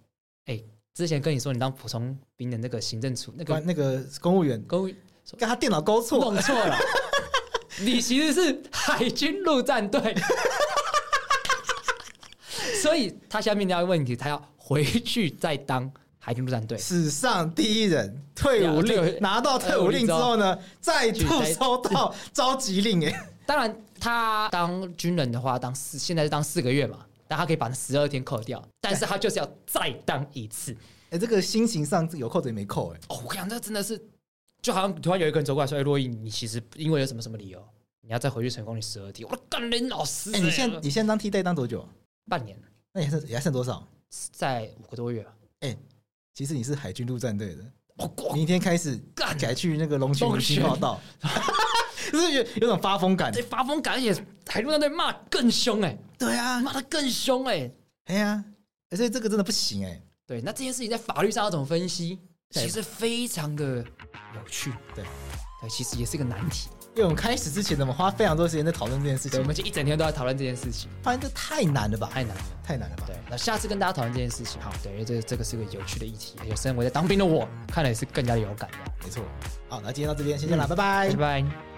哎、之前跟你说你当补充兵的那个行政处那关个那个公务员公务跟他电脑勾错，弄 错了，你其实是海军陆战队， 所以他下面那个问题，他要回去再当海军陆战队，史上第一人退伍对啊退令伍拿到退伍令之后呢，再度收到召集令，哎，当然，他当军人的话，当四现在是当四个月嘛，但他可以把那十二天扣掉，但是他就是要再当一次。 哎，这个心情上有扣着也没扣，哎，哦，我跟你讲，这真的是，就好像突然有一个人走过来说：“哎，洛伊，你其实因为有什么什么理由，你要再回去成功你十二天。”我说干人老师、哎，你现在你现在当替代当多久啊？半年，那你还剩你还剩多少？哎在五个多月吧。其实你是海军陆战队的，哦，我明天开始干改去那个龙泉龙渔区泉报道， 就是有有种发疯感这。发疯感，而且海陆战队骂更凶哎、对啊，骂的更凶哎、哎呀，欸所以这个真的不行哎、对，那这件事情在法律上要怎么分析，对其实非常的有趣。对，对，其实也是一个难题。因为我们开始之前呢，我们花非常多时间在讨论这件事对，情我，们就一整天都在讨论这件事情，发现这太难了吧，太难了。太难了吧。对，那下次跟大家讨论这件事情。好，对，因为这这个是个有趣的议题，有身为在当兵的我看了也是更加的有感的。哎嗯没错。好，那今天到这边，先见了，拜拜拜。拜。